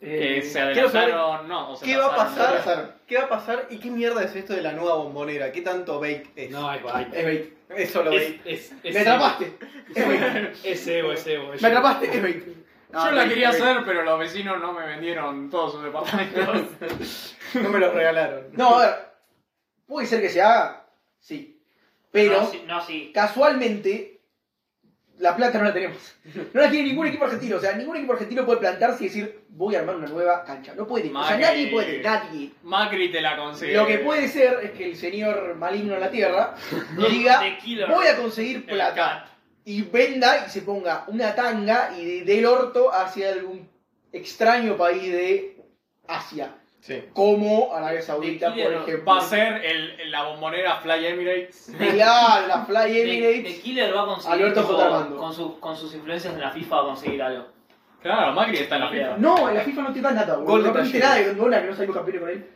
S7: Que Eh, se
S6: quiero saber-
S7: adelantaron, no, o se
S6: ¿Qué va a
S7: pasaron.
S6: pasar? ¿Qué va a pasar y qué mierda es esto de la nueva bombonera? ¿Qué tanto bait es?
S1: No, es bait.
S3: Es bait.
S6: es solo bait.
S1: Es, es, es
S3: Me atrapaste. Es bait.
S1: Es ego, es ego.
S3: Me atrapaste. Es bait.
S7: Yo la quería hacer, pero los vecinos no me vendieron todos sus departamentos.
S6: No me lo regalaron.
S3: No, a ver. Puede ser que se haga. Sí. Pero.
S4: No, sí, no, sí.
S3: casualmente la plata no la tenemos. No la tiene ningún equipo argentino. O sea, ningún equipo argentino puede plantarse y decir, voy a armar una nueva cancha. No puede. O sea,
S7: Madre.
S3: nadie puede. Nadie.
S7: Macri te la consigue.
S3: Lo que puede ser es que el señor maligno en la tierra diga,
S4: The Killer.
S3: voy a conseguir
S7: El
S3: plata.
S7: cat.
S3: Y venda y se ponga una tanga y de- del orto hacia algún extraño país de Asia.
S6: Sí.
S3: Como Arabia Saudita,
S4: The
S3: por
S4: Killer
S3: ejemplo.
S7: Va a ser el, la bombonera Fly Emirates.
S3: Claro, la Fly
S4: The, The
S3: Emirates.
S4: Killer va a conseguir.
S3: Alberto
S4: tipo,
S3: J. Armando.
S4: con, sus- con sus influencias de la FIFA va a conseguir algo.
S7: Claro, Macri está en la FIFA.
S3: No, en la FIFA no te dan nada, boludo.
S6: Gol de
S3: No aprendiste nada
S6: Talleres.
S3: de Gondwana, que no salió campeón con él.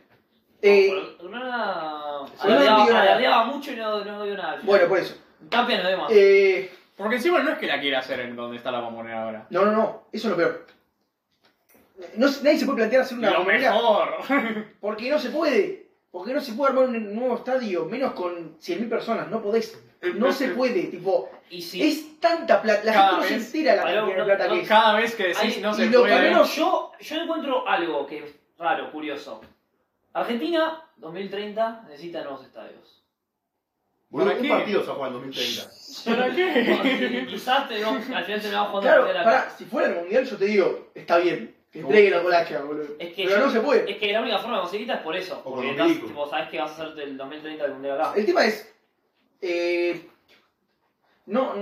S3: Eh,
S4: Una...
S3: Sí, no dio
S4: Alardeaba
S3: nada.
S4: alardeaba mucho y no, no dio nada.
S3: bueno, por eso.
S4: Tapia no dio más.
S3: Eh,
S7: Porque encima no es que la quiera hacer en donde está la bombonera ahora.
S3: no, no, no. Eso es lo peor. No, se- nadie se puede plantear hacer una
S7: lo
S3: bombonera,
S7: mejor.
S3: Porque no se puede. Porque no se puede armar un nuevo estadio, menos con 100.000 personas. No podés.
S7: Eh,
S3: No se puede. Tipo,
S4: y si
S3: es tanta plata. La
S7: Cada
S3: gente no se
S7: vez-
S3: entera la
S4: Pará,
S3: cantidad de
S4: no,
S3: plata
S4: no,
S3: que es.
S7: Cada vez que decís
S4: Ay,
S7: no
S3: y
S7: se
S3: lo que
S7: puede.
S3: menos-
S4: Bueno, yo, yo encuentro algo que es raro, curioso. Argentina, 2030, necesita nuevos estadios.
S5: Bueno,
S7: ¿Para
S5: un
S7: qué?
S5: partido se ha jugado en 2030.
S7: ¿Para
S4: Y
S7: qué?
S4: Quizás te vamos- al final te vamos a jugar
S3: Claro,
S4: la primera
S3: pará,
S4: acá.
S3: si fuera el mundial, yo te digo, está bien. Que entreguen la colacha, boludo.
S4: Es que
S3: Pero
S4: yo-
S3: no se puede.
S4: Es que la única forma de conseguirla es por eso.
S5: con
S4: Porque
S5: los
S4: estás,
S5: milicos.
S4: tipo, sabes que vas a hacerte el 2030 del mundial acá.
S3: El tema es. eh, no.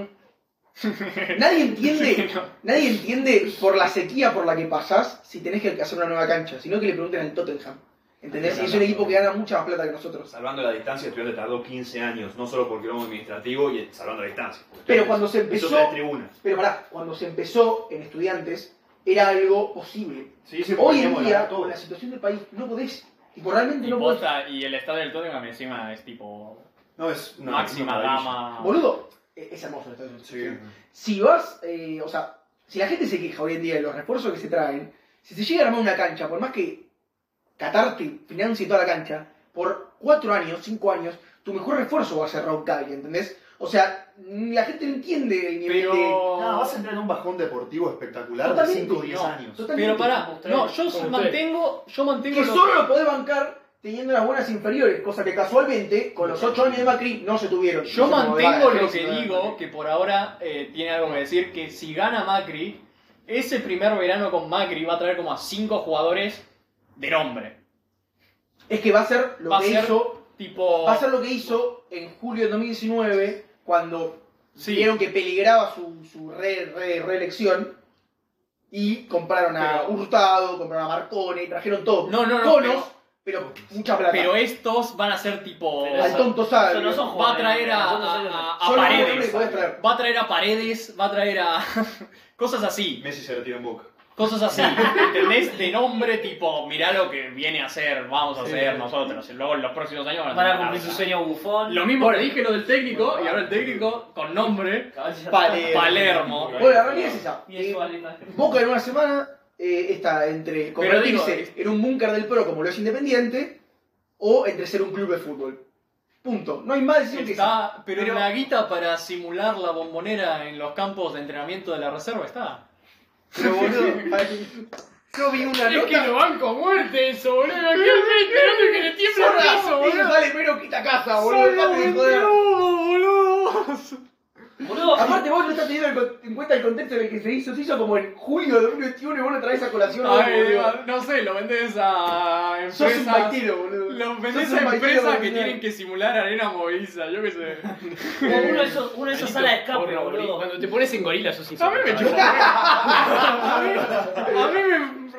S3: n- Nadie entiende. Nadie entiende por la sequía por la que pasás si tenés que hacer una nueva cancha, sino que le pregunten al Tottenham. ¿Entendés? Y es un equipo que gana mucha más plata que nosotros.
S5: Salvando la distancia, Estudiante tardó 15 años, no solo por quilombo administrativo y salvando la distancia.
S3: Pero cuando se
S5: Eso
S3: empezó.
S5: tres tribunas.
S3: Pero pará, cuando se empezó en estudiantes, era algo posible.
S5: Sí, sí,
S3: Hoy en día, con la situación del país, no podés. Tipo, realmente
S7: Y,
S3: no podés.
S7: posta, y el estadio del Tottenham encima es tipo
S5: No, es una
S7: máxima
S5: una maravilla.
S7: dama.
S3: Boludo, e- es hermoso la situación.
S5: Sí.
S3: si vas, eh, o sea, si la gente se queja hoy en día de los refuerzos que se traen, si se llega a armar una cancha, por más que Qatar te financie toda la cancha, por cuatro años, cinco años, tu mejor refuerzo va a ser Raúl Cali, ¿entendés? O sea, mm, la gente no entiende el nivel de...
S7: Pero.
S5: No, vas a entrar en un bajón deportivo espectacular
S3: Totalmente,
S5: de 5 o 10
S3: no.
S5: años.
S3: Totalmente.
S7: Pero pará, no, yo
S1: Como
S7: mantengo, yo mantengo
S3: Que
S7: lo
S3: solo lo podés bancar teniendo las buenas inferiores, cosa que casualmente con los ocho años de Macri no se tuvieron.
S7: Yo
S3: No se
S7: mantengo
S3: tuvieron,
S7: lo que
S3: no se
S7: digo,
S3: tuvieron.
S7: que por ahora eh, tiene algo que decir, que si gana Macri, ese primer verano con Macri va a traer como a cinco jugadores de nombre.
S3: Es que va a ser lo
S7: Va a
S3: que
S7: ser-
S3: hizo
S7: Tipo...
S3: Va a ser lo que hizo en julio de 2019, cuando
S7: Sí.
S3: vieron que peligraba su, su re- re- reelección y compraron a
S7: Pero-
S3: Hurtado, compraron a Marcone, trajeron todo.
S7: No, no, no,
S3: Conos, pero, mucha plata.
S7: Pero estos van a ser tipo.
S4: Pero
S3: Al tonto sabio.
S4: Eso no son
S7: Va a
S4: jóvenes,
S7: traer a,
S4: son
S7: a-
S4: los-
S7: a- a
S3: Solo el nombre que
S7: paredes.
S3: podés traer.
S7: Va a traer a paredes, va a traer a. cosas así.
S5: Messi se retira en boca.
S7: Cosas así, ¿entendés? De nombre tipo, mirá lo que viene a hacer, vamos a hacer nosotros. Y Luego en los próximos años van
S4: Van a
S7: hacer
S4: cumplir su
S7: nada.
S4: sueño bufón.
S7: Lo mismo le dije lo del técnico, y ahora el técnico con nombre,
S6: Palermo.
S7: Palermo.
S3: Bueno, la realidad es esa. Eh,
S4: Y eso vale más.
S3: Boca en una semana eh, está entre convertirse
S7: digo,
S3: en un búnker del pro como lo es Independiente o entre ser un club de fútbol. Punto. No hay más decisión que esa.
S7: Está, pero, la guita para simular la bombonera en los campos de entrenamiento de la reserva está.
S6: Pero boludo, yo vi una
S1: Es que
S6: nota.
S1: lo banco a muerte eso, boludo. Aquí estoy esperando que le tiemble el brazo,
S3: Eso
S1: boludo.
S3: sale pero quita casa, boludo. dejate de joder.
S4: Boludo,
S3: Aparte vos no estás teniendo el con- en cuenta el contexto en el que se hizo, se hizo como en julio de 2021 y vos lo traes a colación. hoy,
S7: Ay,
S3: boludo.
S7: no sé, lo vendes a
S3: Sos un
S7: empresas.
S3: baitero, boludo.
S7: Lo
S3: Sos
S7: vendes
S3: un
S7: a
S3: baitero
S7: empresas que
S3: profesional.
S7: tienen que simular arena moviliza, yo qué sé.
S4: uno de esos, uno de esos salas de escape, boludo.
S1: Cuando te pones en gorila sos
S7: A mí me
S1: insoportable.
S7: A mí, a mí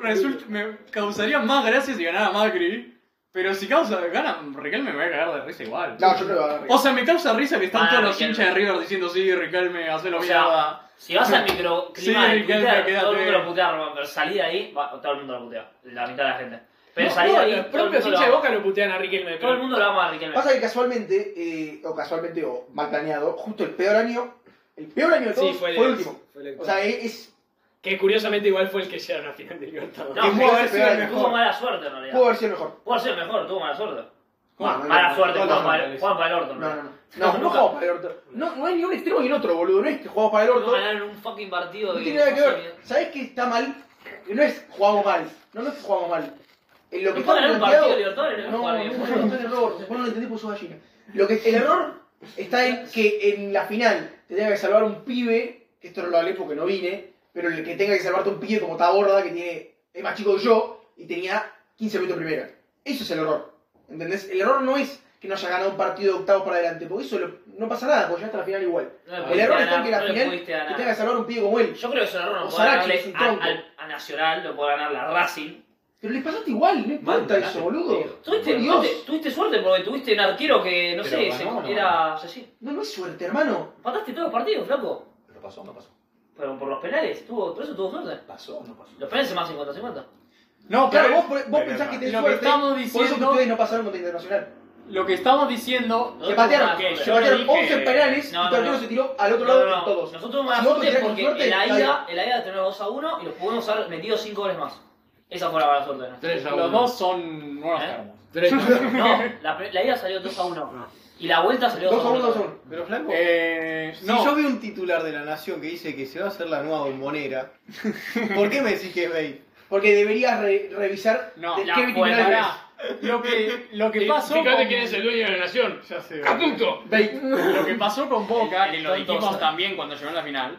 S7: me, result- me causaría más gracia si ganara Macri. Pero si causa, gana Riquelme, me voy a cagar de risa igual.
S3: No, yo creo que va a ganar.
S7: O sea, me causa risa que están
S4: Ah,
S7: todos los
S4: Riquelme.
S7: hinchas de River diciendo, sí, Riquelme, hacelo
S4: O sea,
S7: mierda.
S4: Si vas al microclima
S7: Sí,
S4: de
S7: quédate,
S4: Twitter,
S7: quédate.
S4: todo el mundo lo putea, Román, pero salí de ahí, va, todo el mundo lo putea, la mitad de la gente. Pero
S1: No,
S4: salí de
S1: no,
S4: ahí,
S1: los
S4: todo, el
S1: propios
S4: mundo lo
S1: hinchas de
S4: ama.
S1: boca lo putean a Riquelme.
S4: todo el
S1: Pero
S4: mundo lo ama a Riquelme.
S3: Pasa que casualmente, eh, o casualmente, o mal planeado, justo el peor año, el peor año de todos
S1: sí, fue el,
S3: fue el último.
S1: fue el-
S3: O sea, es- es
S1: que curiosamente igual fue el que llegaron a final de Libertadores.
S4: No,
S3: que pudo haber sido el
S4: Tuvo
S3: mejor.
S4: mala suerte en
S3: Pudo
S4: realidad.
S3: haber sido mejor.
S4: Pudo ser mejor, tuvo mala suerte.
S3: No, no, no,
S4: Mala
S3: no,
S4: suerte,
S3: no,
S4: Juan
S3: no,
S4: para Juan para el orto.
S3: No, no, no. No, no jugamos para el orto. No, no hay ni un extremo ni un otro, boludo. No es que jugamos para el
S4: No
S3: orto.
S4: ganaron un fucking partido
S3: No
S4: de-
S3: tiene nada que
S4: no sé
S3: ver.
S4: bien.
S3: ¿Sabés qué está mal? No es jugamos mal. No, no es que jugamos mal. En lo que
S4: No
S3: está
S4: puede ganar un partido de
S3: planteado-
S4: Libertadores, no,
S3: No,
S4: jugar
S3: no,
S4: bien.
S3: no, no, no, error. Vos no lo entendés porque sos gallina. Lo que, el error está en que en la final te tenga que salvar un pibe, que esto no lo hablé porque no vine, pero el que tenga que salvarte un pibe como Taborda, que tiene, es más chico que yo, y tenía 15 minutos primero. Eso es el error. ¿Entendés? El error no es que no haya ganado un partido de octavos para adelante, porque eso lo- no pasa nada, porque ya está la final igual.
S4: No le
S3: el
S4: pudiste
S3: error está
S4: ganar,
S3: en que la
S4: no le
S3: final
S4: pudiste
S3: te
S4: ganar.
S3: tenga que salvar un pibe como él.
S4: Yo creo que es un error, no
S3: O
S4: puede
S3: Saraki,
S4: ganarle
S3: es un
S4: a,
S3: tronco.
S4: al- a Nacional, lo puede ganar la Racing.
S3: Pero les pasaste igual, no importa eso, boludo.
S4: Tuviste,
S3: Por Dios.
S4: tuviste- tuviste suerte porque tuviste un arquero que, no
S5: Pero
S4: sé,
S5: ganó,
S4: se-
S5: no ganó.
S4: era así.
S3: No, no es suerte, hermano.
S4: Empataste todos los partidos, flaco.
S5: Pero pasó, no pasó.
S4: Pero por los penales, tuvo, por eso tuvo suerte.
S5: Pasó, no pasó.
S4: Los penales se más 50-50.
S7: No,
S3: Claro,
S7: pero
S3: vos, por- vos
S5: Pero
S3: pensás que tenés
S7: lo que
S3: suerte,
S7: estamos
S3: por eso que
S7: diciendo-
S3: ustedes no pasaron contra Internacional.
S7: lo que estamos diciendo...
S4: No,
S3: Le patearon,
S4: que
S3: le
S4: yo
S3: patearon
S7: dije-
S3: 11 penales
S4: No,
S3: y
S4: no,
S3: tu arquero
S4: no.
S3: se tiró al otro
S4: No,
S3: lado
S4: no,
S3: de
S4: no.
S3: todos.
S4: Nosotros tuvimos más
S3: Si vos
S4: suerte
S3: tuvieras
S4: porque
S3: suerte,
S4: el
S3: está bien.
S4: AIDA, el AIDA tenía 2 a 1 y los pudimos haber metido 5 goles más. Esa fue la mala suerte. ¿no?
S1: 3 a
S7: Los
S1: 1.
S7: dos son unos
S4: ¿Eh?
S7: carmos.
S1: Tres a uno.
S4: No, la, pre- la ida salió 2 a 1. Y la vuelta salió
S3: 2
S4: 2
S3: Ah. a 1, 2 a 1.
S4: uno.
S6: Pero flaco.
S7: Eh,
S6: Si
S7: no,
S6: yo veo un titular de la Nación que dice que se va a hacer la nueva bombonera, ¿por qué me decís que es bait?
S3: Porque deberías re- revisar
S7: no,
S3: de
S7: la-
S3: qué
S7: bueno,
S3: criminal eres.
S7: pará. lo que, lo que pasó
S1: Eh, Fíjate
S7: con-
S1: quién es el dueño de la nación.
S7: Ya sé.
S1: ¡Caputo!
S7: Lo que pasó con Boca, y lo
S4: Tontosa.
S7: dijimos también cuando llegó a la final,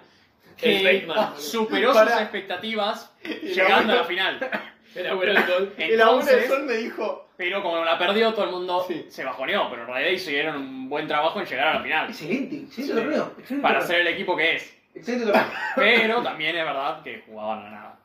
S1: El
S7: que
S1: Bateman, boludo.
S7: superó sus
S6: Pará.
S7: expectativas llegando a la final.
S1: Era bueno el gol.
S6: El abuelo del
S7: Entonces,
S6: sol me dijo.
S7: pero como la perdió todo el mundo,
S6: Sí.
S7: se bajoneó, pero en realidad hicieron un buen trabajo en llegar a la final,
S3: Excelente, excelente torneo. Excelente
S7: para
S3: torneo.
S7: ser el equipo que es.
S3: Excelente torneo.
S7: Pero también es verdad que jugaban a nada.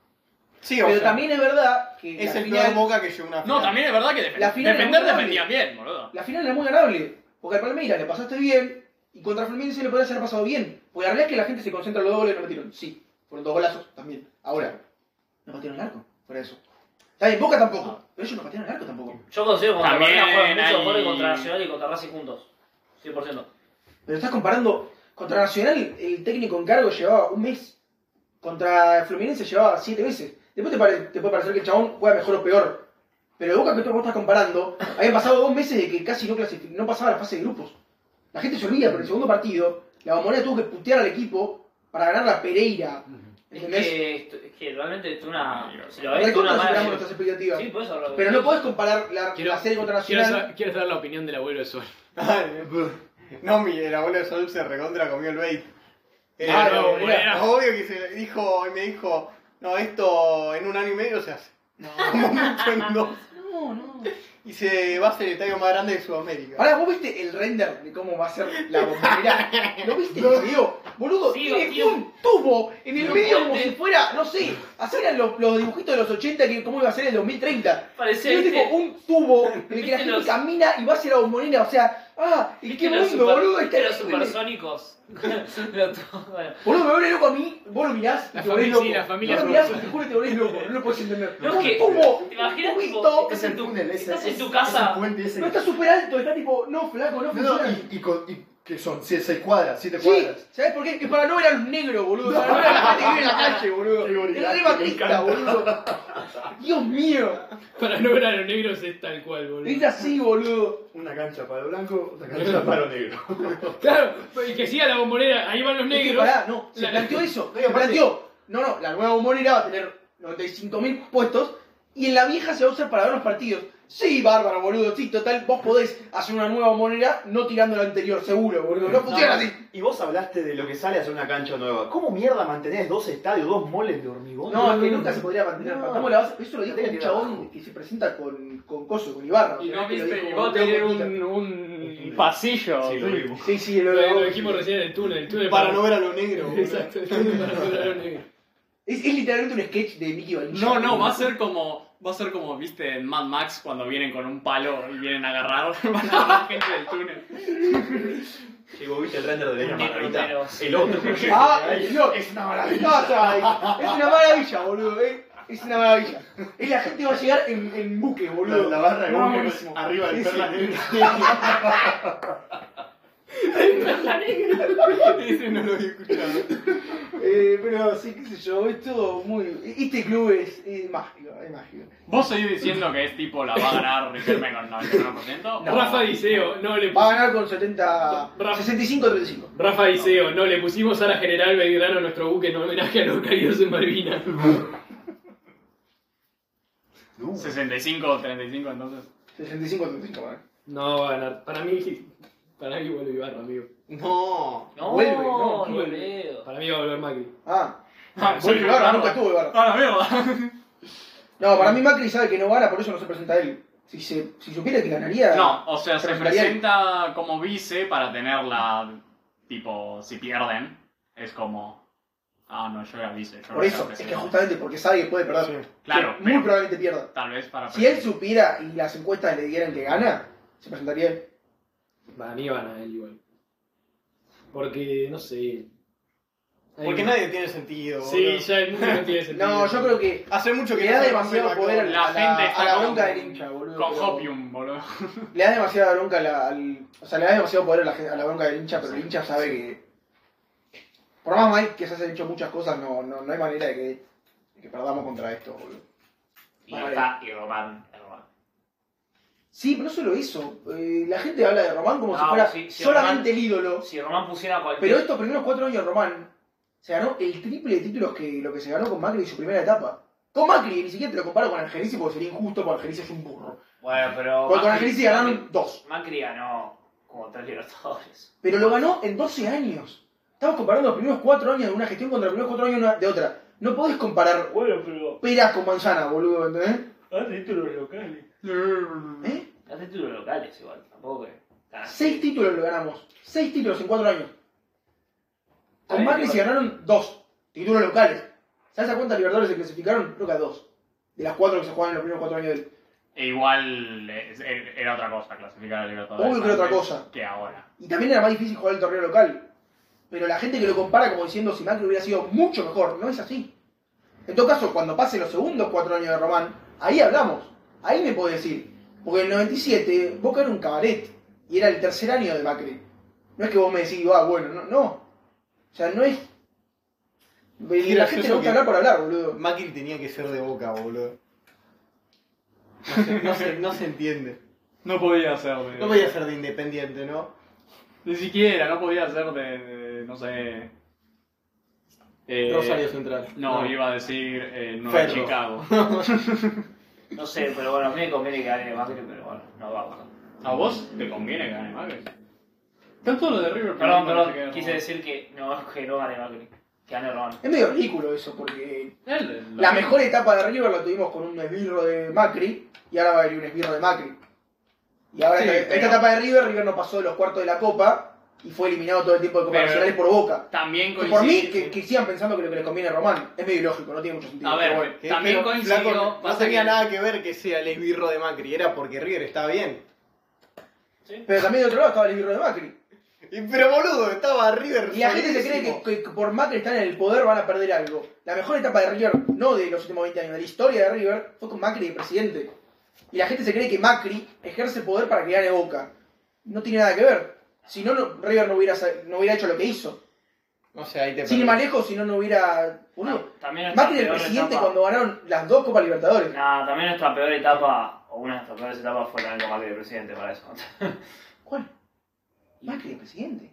S6: Sí, o
S3: Pero
S6: sea,
S3: también es verdad que
S6: es
S3: la
S6: el peor
S3: final,
S6: Boca que llegó a una
S7: No,
S6: final.
S7: también es verdad que defen-
S3: La final era
S7: defender
S3: muy grande.
S7: defendían bien, boludo.
S3: la final es muy ganable. Porque al Palmeiras le pasaste bien y contra Fluminense le podrías haber pasado bien. Porque la realidad es que la gente se concentra en los dos goles que no metieron. Sí, fueron dos golazos también. Ahora, no patearon el arco, por eso. Está bien, Boca tampoco. Pero ellos no patearon el arco tampoco.
S4: Yo considero que contra
S7: También
S4: Barcelona juegan mucho
S7: hay-
S4: mejor que contra Nacional y contra Racing juntos. 100%.
S3: Pero estás comparando. Contra Nacional, el técnico en cargo llevaba un mes. Contra Fluminense llevaba siete meses. Después te, pare- te puede parecer que el chabón juega mejor o peor. Pero de Boca que tú- vos estás comparando, habían pasado dos meses de que casi no, clasific- no pasaba la fase de grupos. La gente se olvida, pero el segundo partido, la bombonera tuvo que putear al equipo para ganar la Pereira.
S4: Es
S3: ¿Entendés?
S4: que, esto- es que realmente es una. Si lo ves,
S3: Recontra
S4: tuvo una
S3: superamos
S4: mala.
S3: nuestras expectativas.
S4: Sí, por eso lo-
S3: Pero no podés comparar la,
S1: Quiero-
S3: la serie contra
S1: Quiero
S3: Nacional.
S1: saber, quiero saber la opinión del abuelo de Sol.
S6: Ay, No, mi, el abuelo del sol se recontra comió el bait. Eh,
S1: Ah,
S6: no,
S1: no,
S6: boludo,
S1: boludo.
S6: obvio que se le dijo, y me dijo, no, esto en un año y medio se hace. No, mucho en dos.
S3: No, no.
S6: y se va a ser el estadio más grande de Sudamérica.
S3: Ahora, ¿vos viste el render de cómo va a ser la bombonera? ¿No viste el video? Boludo,
S4: Sí,
S3: tiene
S4: tío.
S3: un tubo en el
S4: Pero
S3: video como
S4: fuerte.
S3: si fuera, no sé, hacían los, los dibujitos de los 80 que cómo iba a ser el 2030.
S4: Parecía,
S3: Tiene
S4: ¿viste?
S3: tipo un tubo en el que la
S4: ¿Viste
S3: gente
S4: los-
S3: camina y va a ser la bombonera, o sea, ah, y
S4: ¿Viste
S3: qué
S4: los
S3: mundo,
S4: super-
S3: boludo,
S4: viste
S3: está
S4: los supersónicos? Lo to- bueno.
S3: Boludo, me vuelve loco a mí, vos lo mirás y
S1: La
S3: te volvés
S1: familia-
S3: loco.
S1: sí, la familia
S3: Vos lo mirás y te juro que te volvés loco, no lo podés entender. Un
S4: No, es que-
S3: tubo,
S4: ¿Te imaginas,
S3: un
S4: tipo,
S3: tubito,
S4: estás en tu,
S5: túnel ese,
S4: estás en
S5: es-
S4: tu
S5: Es el
S4: casa?
S5: puente ese.
S3: no
S5: que-
S3: está súper alto, está tipo, no, flaco, no
S5: No, no,
S3: funciona.
S5: y, y con, y que son 6 cuadras, 7
S3: Sí,
S5: cuadras.
S3: ¿sabes por qué? Que para no ver a los negros, boludo. Para no ver a la gente que vive en la calle, boludo.
S5: Qué
S3: Es
S5: gorilaje,
S3: re
S5: me
S3: batista,
S5: encanta.
S3: boludo. Dios mío.
S7: Para no ver a los negros es tal cual, boludo.
S3: Es así, boludo.
S5: Una cancha para blanco, otra cancha para negro.
S7: Claro, y que siga la bombonera, ahí van los
S3: Es que
S7: negros.
S3: pará, no, se
S7: La-
S3: planteó eso.
S5: No, y
S3: se
S5: aparte-
S3: planteó. No, no, la nueva bombonera va a tener 95.000 puestos y en la vieja se va a usar para ver los partidos. Sí, bárbaro, boludo. Sí, total, vos podés hacer una nueva bombonera no tirando la anterior, seguro, boludo. No funciona así.
S9: Y vos hablaste de lo que sale a hacer una cancha nueva. ¿Cómo mierda mantenés dos estadios, dos moles de hormigón?
S3: No, es que nunca se podría mantener.
S9: No.
S3: Patamos la base. Eso lo dijo
S9: Tenía que
S3: un
S9: ir abajo.
S3: chabón que se presenta con, con Coso, con Ibarra. o
S7: Y
S3: sea,
S7: no
S3: que lo
S7: viste,
S3: dijo
S7: y va a
S3: Mateo
S7: tener
S3: Cotita.
S7: un, un pasillo.
S5: Sí, lo vimos.
S3: Sí, sí, lo,
S7: Lo,
S3: lo-
S7: lo dijimos recién en el túnel. El túnel
S6: Para no ver a lo negro, boludo.
S7: Exacto, el túnel para no ver a los negros.
S3: Es, es literalmente un sketch de Mickey Valenzuela.
S7: No, no, va a ser como. Va a ser como, viste, en Mad Max cuando vienen con un palo y vienen a agarrar van a la gente del túnel.
S9: Sí, vos viste el render de Leña
S4: Negro,
S9: Margarita.
S4: negro.
S9: El otro proyecto.
S3: Ah,
S9: Ahí.
S3: no,
S5: Es una maravilla.
S3: Basta, es una maravilla, boludo. eh. Es una maravilla. Es la gente va a llegar en, en buque,
S5: La,
S3: boludo.
S5: la barra de
S3: No,
S5: Boca
S3: buenísimo.
S5: arriba del
S3: Sí,
S5: perla
S3: sí.
S5: negra.
S6: Ese no lo había escuchado.
S3: Eh, pero sí, qué sé yo, es todo muy. Este club es, es mágico, es mágico.
S7: ¿Vos seguís diciendo que es tipo la va a ganar Riquelme con 99%?
S1: Rafa Diceo, no le
S3: Va a
S1: pusimos.
S3: ganar con 70.
S1: Ra-
S3: 65-35.
S1: Rafa Diceo, no le pusimos a la General Belgrano nuestro buque en homenaje a los caídos en Malvinas.
S7: 65 o 35 entonces.
S3: 65-35, va a ganar.
S1: No va a ganar. Para mí, para mí vuelve Ibarra, amigo.
S6: No.
S4: No,
S3: Vuelve, no,
S4: ni
S1: vuelve.
S4: pedo.
S1: Para mí va a volver Macri.
S3: Ah,
S7: Ah,
S3: bueno, Ibarra, nunca estuvo Ibarra.
S7: A Ah, la mierda.
S3: No, para mí Macri sabe que no gana, por eso no se presenta él. Si, se, si supiera que ganaría.
S7: No, o sea,
S3: se
S7: se
S3: presentaría
S7: presenta como vice para tener la. Tipo, si pierden, es como. Ah, no, yo era vice. yo
S3: Por
S7: era
S3: eso, es que
S7: presidente.
S3: justamente porque sabe que puede perder.
S7: Claro,
S3: que muy
S7: pero
S3: probablemente pierda.
S7: tal vez
S4: Ah,
S7: para.
S3: Si él supiera y las encuestas le dieran que gana, se presentaría él.
S1: Para mí van a él igual. Porque, no sé. Hay
S6: Porque
S1: un-
S6: nadie tiene sentido,
S1: Sí,
S6: boludo.
S1: ya el mundo no tiene sentido.
S3: No, yo creo que
S6: Hace mucho que
S3: le da
S6: se
S3: demasiado
S6: rompe
S3: poder a
S7: La
S3: la, a
S7: gente
S3: la,
S7: está
S3: a la
S7: con-
S3: bronca del hincha, boludo.
S7: Con
S3: pero-
S7: Hopium, boludo.
S3: Le da demasiada bronca a la, al- o sea, le da demasiado poder a la, gen- a la bronca del hincha, pero el hincha sabe que. Por más mal que se hayan hecho muchas cosas, no, no, no hay manera de que, de que perdamos contra esto, boludo.
S4: Y está y Román. Román.
S3: Sí, pero no solo eso. eh, la gente habla de Román como
S4: No,
S3: si fuera
S4: sí, sí,
S3: solamente
S4: Román-
S3: el ídolo.
S4: Si Román pusiera
S3: Pero
S4: cualquier.
S3: estos primeros cuatro años Román se ganó el triple de títulos que lo que se ganó con Macri en su primera etapa. Con Macri, ni siquiera te lo comparo con Angelici porque sería injusto porque Angelici es un burro.
S4: Bueno, pero.
S3: Porque con
S4: Macri-
S3: Angelici ganaron dos.
S4: Macri ganó como tres libertadores.
S3: Pero lo ganó en 12 años. Estamos comparando los primeros cuatro años de una gestión contra los primeros cuatro años de una- de otra. No podés comparar
S4: Bueno, pero.
S3: peras con manzana, boludo, ¿entendés?
S4: Haz títulos locales.
S3: ¿Eh?
S4: Haz títulos locales igual, tampoco que.
S3: Seis títulos lo ganamos. Seis títulos en cuatro años. Con
S4: Está bien,
S3: Macri se
S4: igual.
S3: ganaron dos títulos locales. ¿Sabes a cuántas Libertadores se clasificaron? Creo que a dos. De las cuatro que se jugaron en los primeros cuatro años del.
S7: E igual eh, era era otra cosa clasificar a Libertadores.
S3: Obvio que era otra
S7: antes
S3: cosa.
S7: Que ahora.
S3: Y también era más difícil jugar el torneo local. Pero la gente que lo compara como diciendo si Macri hubiera sido mucho mejor, no es así. En todo caso, cuando pasen los segundos cuatro años de Román, ahí hablamos. Ahí me puedo decir. Porque en el 97 Boca era un cabaret. Y era el tercer año de Macri. No es que vos me decís, ah, bueno, no. no. O sea, no es. Y la
S6: gracioso
S3: gente no gusta
S6: que-
S3: hablar por hablar, boludo.
S6: Macri tenía que ser de boca, boludo. No se, no se- no se entiende.
S7: No podía ser de.
S6: No podía ser de independiente, ¿no?
S7: Ni siquiera, no podía ser de. de- no sé. Eh,
S6: Rosario Central.
S7: No, iba a decir eh, Nueva
S6: Ferro.
S7: Chicago.
S4: No sé, pero bueno, a mí me conviene que gane Macri, pero bueno, no va a votar.
S7: ¿A vos te conviene que gane Macri? Tanto lo de River Plate,
S4: Perdón,
S7: no sé qué,
S4: perdón,
S7: no.
S4: quise decir que no, que no gane Macri. Que gane Román.
S3: Es medio ridículo eso, porque
S7: Él, él,
S3: la mejor etapa de River la tuvimos con un esbirro de Macri y ahora va a haber un esbirro de Macri. Y ahora
S7: Sí,
S3: esta, esta
S7: pero-
S3: etapa de River, River no pasó de los cuartos de la Copa y fue eliminado todo el tiempo de Copa
S7: Pero-
S3: Nacional por Boca.
S7: También
S3: Que
S7: coincidió.
S3: por mí, que, que sigan pensando que lo que les conviene a Román es medio ilógico, no tiene mucho sentido.
S7: A
S3: pero
S7: ver,
S3: bueno.
S6: Que-
S7: también
S6: pero,
S7: coincidió.
S6: flaco, no
S7: pasa
S6: tenía
S7: que-
S6: nada que ver que sea el esbirro de Macri, era porque River estaba bien.
S3: Pero también de otro lado estaba el libro de Macri.
S6: Y- pero boludo, estaba River.
S3: Y la gente se cree que,
S6: solísimo.
S3: que por Macri estar en el poder van a perder algo. La mejor etapa de River, no de los últimos 20 años, de la historia de River, fue con Macri de presidente. Y la gente se cree que Macri ejerce poder para que gane Boca. No tiene nada que ver. Si no, no- River no hubiera, sa- no hubiera hecho lo que hizo.
S6: No sé, ahí te
S3: Sin ir
S6: perdí.
S3: más lejos, si no, no hubiera... Boludo,
S4: Ah, También nuestra
S3: Macri el
S4: peor
S3: presidente
S4: etapa-
S3: cuando ganaron las dos Copas Libertadores.
S4: Nah, también nuestra peor etapa, o una de nuestras peores etapas fue también con Macri de presidente para eso.
S3: ¿Cuál? Macri el presidente.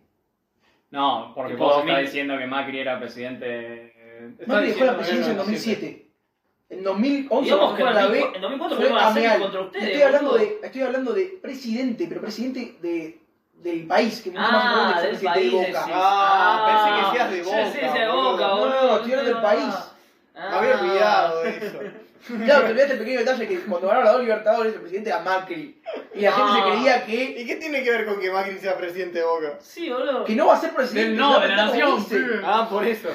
S8: No, porque
S7: Tipo
S8: vos
S7: 2000.
S8: estás diciendo que Macri era presidente. eh, estás diciendo
S3: Macri dejó la
S8: que era
S3: presidencia en
S8: 2007.
S3: 2007. En 2011
S4: Digamos
S3: cuando
S4: que
S3: fue a
S4: en
S3: la
S4: 2004
S3: B,
S4: en 2004
S3: fue
S4: fuimos a la serie
S3: Ameal.
S4: contra ustedes.
S3: Estoy hablando,
S4: boludo.
S3: de, estoy hablando de presidente, pero presidente de, del país, que es mucho
S4: Ah,
S3: más importante que
S4: del
S3: el presidente
S4: país.
S3: de Boca.
S4: decís.
S6: Ah, pensé que decías de
S4: yo
S6: Boca,
S4: decía que decía de
S6: boludo.
S4: Boca,
S3: No,
S4: boludo.
S3: no, estoy hablando del país.
S6: Me había olvidado de eso.
S3: Claro, te olvidaste el pequeño detalle que cuando ganaron las dos Libertadores el presidente era Macri. Y la gente
S4: Ah.
S3: se creía que,
S6: ¿Y qué tiene que ver con que Macri sea presidente de Boca?
S4: Sí, boludo.
S3: que no va a ser presidente.
S7: Del
S3: va
S7: no,
S3: a
S7: de la
S3: estar como
S7: nación.
S3: vice.
S7: pibe.
S6: Ah, por eso.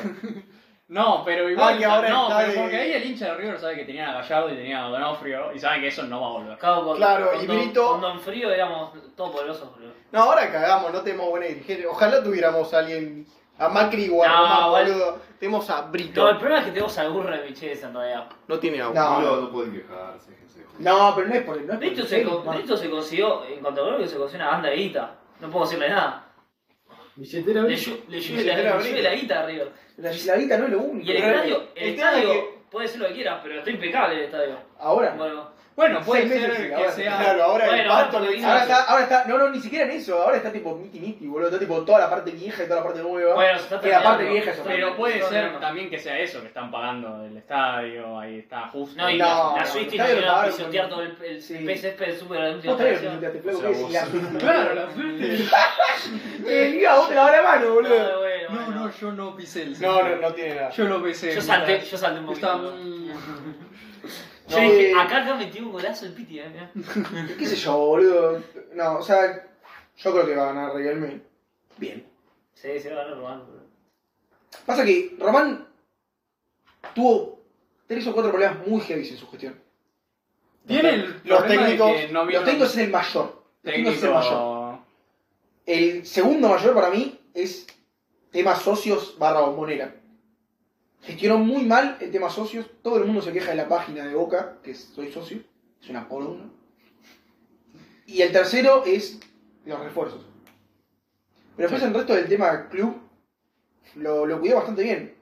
S8: No, pero igual.
S6: Ah, que ahora
S8: no,
S6: está
S8: pero
S6: de-
S8: porque ahí el hincha de River sabe que tenían a Gallardo y tenían a Donofrio y saben que eso no va a volver.
S4: Cabo, con-
S6: Claro,
S4: con
S6: y
S4: Don-
S6: Brito-
S4: Con Don Frío éramos todos poderosos, boludo.
S6: No, ahora cagamos, no tenemos buena dirigente. Ojalá tuviéramos a alguien, a Macri o a
S4: No,
S6: Román,
S4: igual-
S6: boludo. Tenemos a Brito.
S4: No, el
S6: No,
S4: problema es que tenemos a Gurra de Micheles en realidad.
S6: tiene agua.
S3: No,
S5: Boludo, no pueden quejarse, déjense de joder.
S3: No, pero no es por el. No es por
S4: Brito
S3: el
S4: se,
S3: tema.
S4: con- Brito se consiguió, en cuanto a Gurra, que se consiguió una banda de guita. No puedo decirle nada.
S1: Billetera
S4: Le llu- le llueve la-
S6: Billetera
S4: le llueve
S6: Brito.
S4: la guita arriba.
S3: La Gilarita no es lo único.
S4: Y el
S6: Pero
S4: estadio, el
S6: el tema es
S4: estadio, puede ser lo que quieras, pero está impecable el estadio.
S3: Ahora.
S4: Bueno,
S8: Bueno, puede
S3: Seis meses
S8: ser
S3: sin
S8: que
S3: ahora.
S8: sea.
S6: Claro, ahora el
S4: Bueno, ahora
S6: pato
S4: porque
S6: lo
S4: vino-
S3: Ahora
S6: Ahora
S3: está, ahora está, no, no, ni siquiera en eso, ahora está tipo miti miti, boludo, está tipo toda la parte vieja y toda la parte nueva.
S4: bueno, se está
S3: que la
S4: terminando.
S3: parte vieja es otra.
S8: Pero puede
S4: No,
S8: ser
S4: no, no.
S8: también que sea eso, que están pagando del estadio, ahí está justo.
S4: No, y
S3: No,
S4: la- la
S3: no,
S4: Switch
S3: está bien,
S4: no a
S3: pagaron
S4: pisotear
S3: con-
S4: todo el, el
S3: Sí.
S4: PSP súper de la última
S3: Vos también
S4: generación.
S3: te flaco,
S5: O sea,
S3: que
S5: vos-
S3: si la-
S7: Claro, la suerte.
S3: Eh, iba a vos te lavaba la mano, boludo.
S4: No, Ah, bueno,
S7: No,
S4: bueno.
S7: no, yo no pisé el
S6: No, no, no tiene nada.
S7: Yo lo pisé.
S4: Yo salté, yo salté un
S7: Yo
S4: poquito.
S7: estaba-
S4: boludo. Yo
S3: No,
S4: dije,
S3: eh.
S4: acá acá metió un golazo el Piti, eh. mirá.
S3: ¿Qué sé yo, boludo? No, o sea, yo creo que va a ganar Riquelme. Bien.
S4: Sí, se va a ganar Román. boludo.
S3: Pasa que Román tuvo tres o cuatro problemas muy heavy en su gestión.
S8: Tiene el
S6: Los
S8: problema de
S6: técnicos-
S8: que no
S3: Los
S8: vieron
S3: técnicos es el mayor. Los técnicos es el mayor.
S8: técnico.
S3: El segundo mayor para mí es tema socios barra bombonera. Gestionó muy mal el tema socios. Todo el mundo se queja de la página de Boca, que es soy socio. Es una poronga. Y el tercero es los refuerzos. Pero después el resto del tema club lo, lo cuidó bastante bien.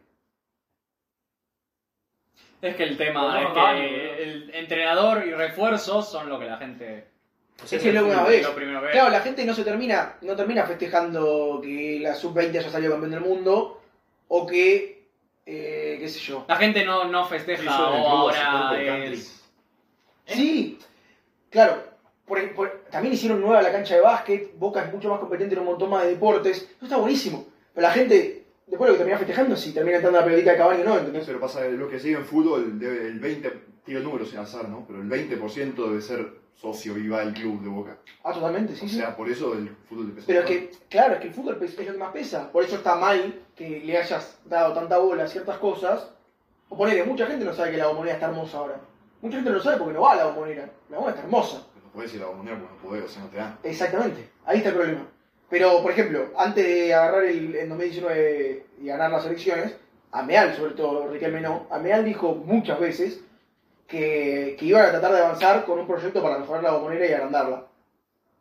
S8: Es que el
S6: Pues
S8: tema
S4: Pero no
S8: es
S4: Cavani,
S8: que el entrenador y refuerzos son lo que la gente.
S3: es que lo que una
S8: lo
S3: vez.
S8: primero ve.
S3: Claro, la gente no se termina, no termina festejando que la sub-20 haya salido campeón del mundo o que, eh, qué sé yo,
S8: La gente no, no festeja "Oh, ahora es.
S3: ¿Eh? Sí, claro. Por- por- también hicieron nueva la cancha de básquet. Boca es mucho más competente en un montón más de deportes. Eso está buenísimo. Pero la gente, después lo que termina festejando, si termina entrando la pelotita de Cavani o no, ¿entendés?
S5: Pero pasa, lo que sigue en fútbol, debe- el 20, tiro números sin azar, ¿no? Pero el 20% debe ser socio y va al club de Boca.
S3: Ah, totalmente, sí,
S5: O
S3: sí.
S5: sea, por eso el fútbol de peso.
S3: Pero es que, claro, es que el fútbol es lo que más pesa. Por eso está mal que le hayas dado tanta bola a ciertas cosas. O ponele, mucha gente no sabe que la bombonera está hermosa ahora. Mucha gente no lo sabe porque no va a la bombonera. La bombonera está hermosa.
S5: No podés ir a la moneda porque no podés, o sea, no te dan.
S3: Exactamente, ahí está el problema. Pero, por ejemplo, antes de agarrar el, en 2019 y ganar las elecciones, Ameal, sobre todo Riquelme no, Ameal dijo muchas veces que, que iban a tratar de avanzar con un proyecto para mejorar la bombonera y agrandarla.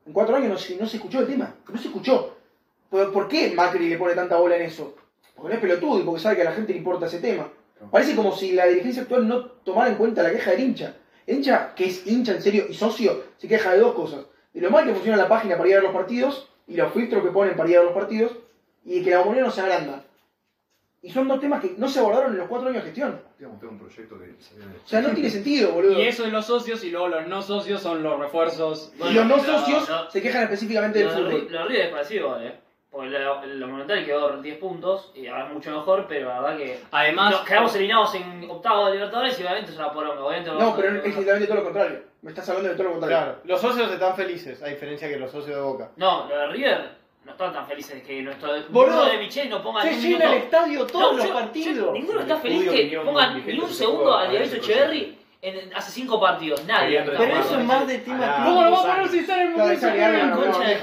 S3: En cuatro años no, se- no se escuchó el tema, no se escuchó. ¿Por, por qué Macri le pone tanta bola en eso? Porque no es pelotudo y porque sabe que a la gente le importa ese tema. Parece como si la dirigencia actual no tomara en cuenta la queja del hincha. El hincha, que es hincha en serio y socio, se queja de dos cosas. De lo mal que funciona la página para ir a ver los partidos y los filtros que ponen para ir a ver los partidos y de que la bombonera no se agranda. Y son dos temas que no se abordaron en los cuatro años de gestión.
S5: Digamos, tengo un proyecto que salió en el-
S3: O sea, no tiene sentido, boludo.
S8: Y
S3: Y,
S8: eso de los socios y luego los no socios son los refuerzos.
S3: los no
S4: Bueno, pero
S3: socios
S4: no-
S3: se quejan específicamente del
S4: Lo de Ri-
S3: fútbol.
S4: lo de River es parecido, ¿eh? Porque la- la Monumental quedó 10 puntos y ahora es mucho mejor, pero la verdad que.
S8: Además,
S7: Ah,
S4: nos quedamos eliminados en octavo de Libertadores y obviamente es una poronga. obviamente
S3: No, pero
S4: vamos a-
S3: es literalmente todo lo contrario. Me estás hablando de todo lo contrario.
S6: Claro, los socios están felices, a diferencia que los socios de Boca.
S4: No, los de River no están tan felices de que nuestro
S6: Boludo,
S4: uno de Michel no ponga
S6: Se
S4: ni un
S6: llena el
S4: minuto.
S6: estadio todos
S4: No,
S6: los
S4: yo- yo-
S6: partidos.
S4: ninguno está feliz
S5: Estudio,
S4: que
S5: opinión,
S4: pongan
S5: dirigente,
S4: ni un
S5: se
S4: segundo
S5: juega,
S4: a Diabito
S5: parece,
S4: Echeverry en, en- hace cinco partidos. Nadie.
S5: Querían
S4: está
S6: Pero
S5: retomar.
S4: jugando
S6: eso es
S4: feliz.
S6: más de tema
S7: Ah,
S5: Pará.
S6: club.
S1: ¿Cómo lo va a poner si sale en el
S3: Claro,
S1: Mundial?
S3: esa liana,
S4: La concha de tu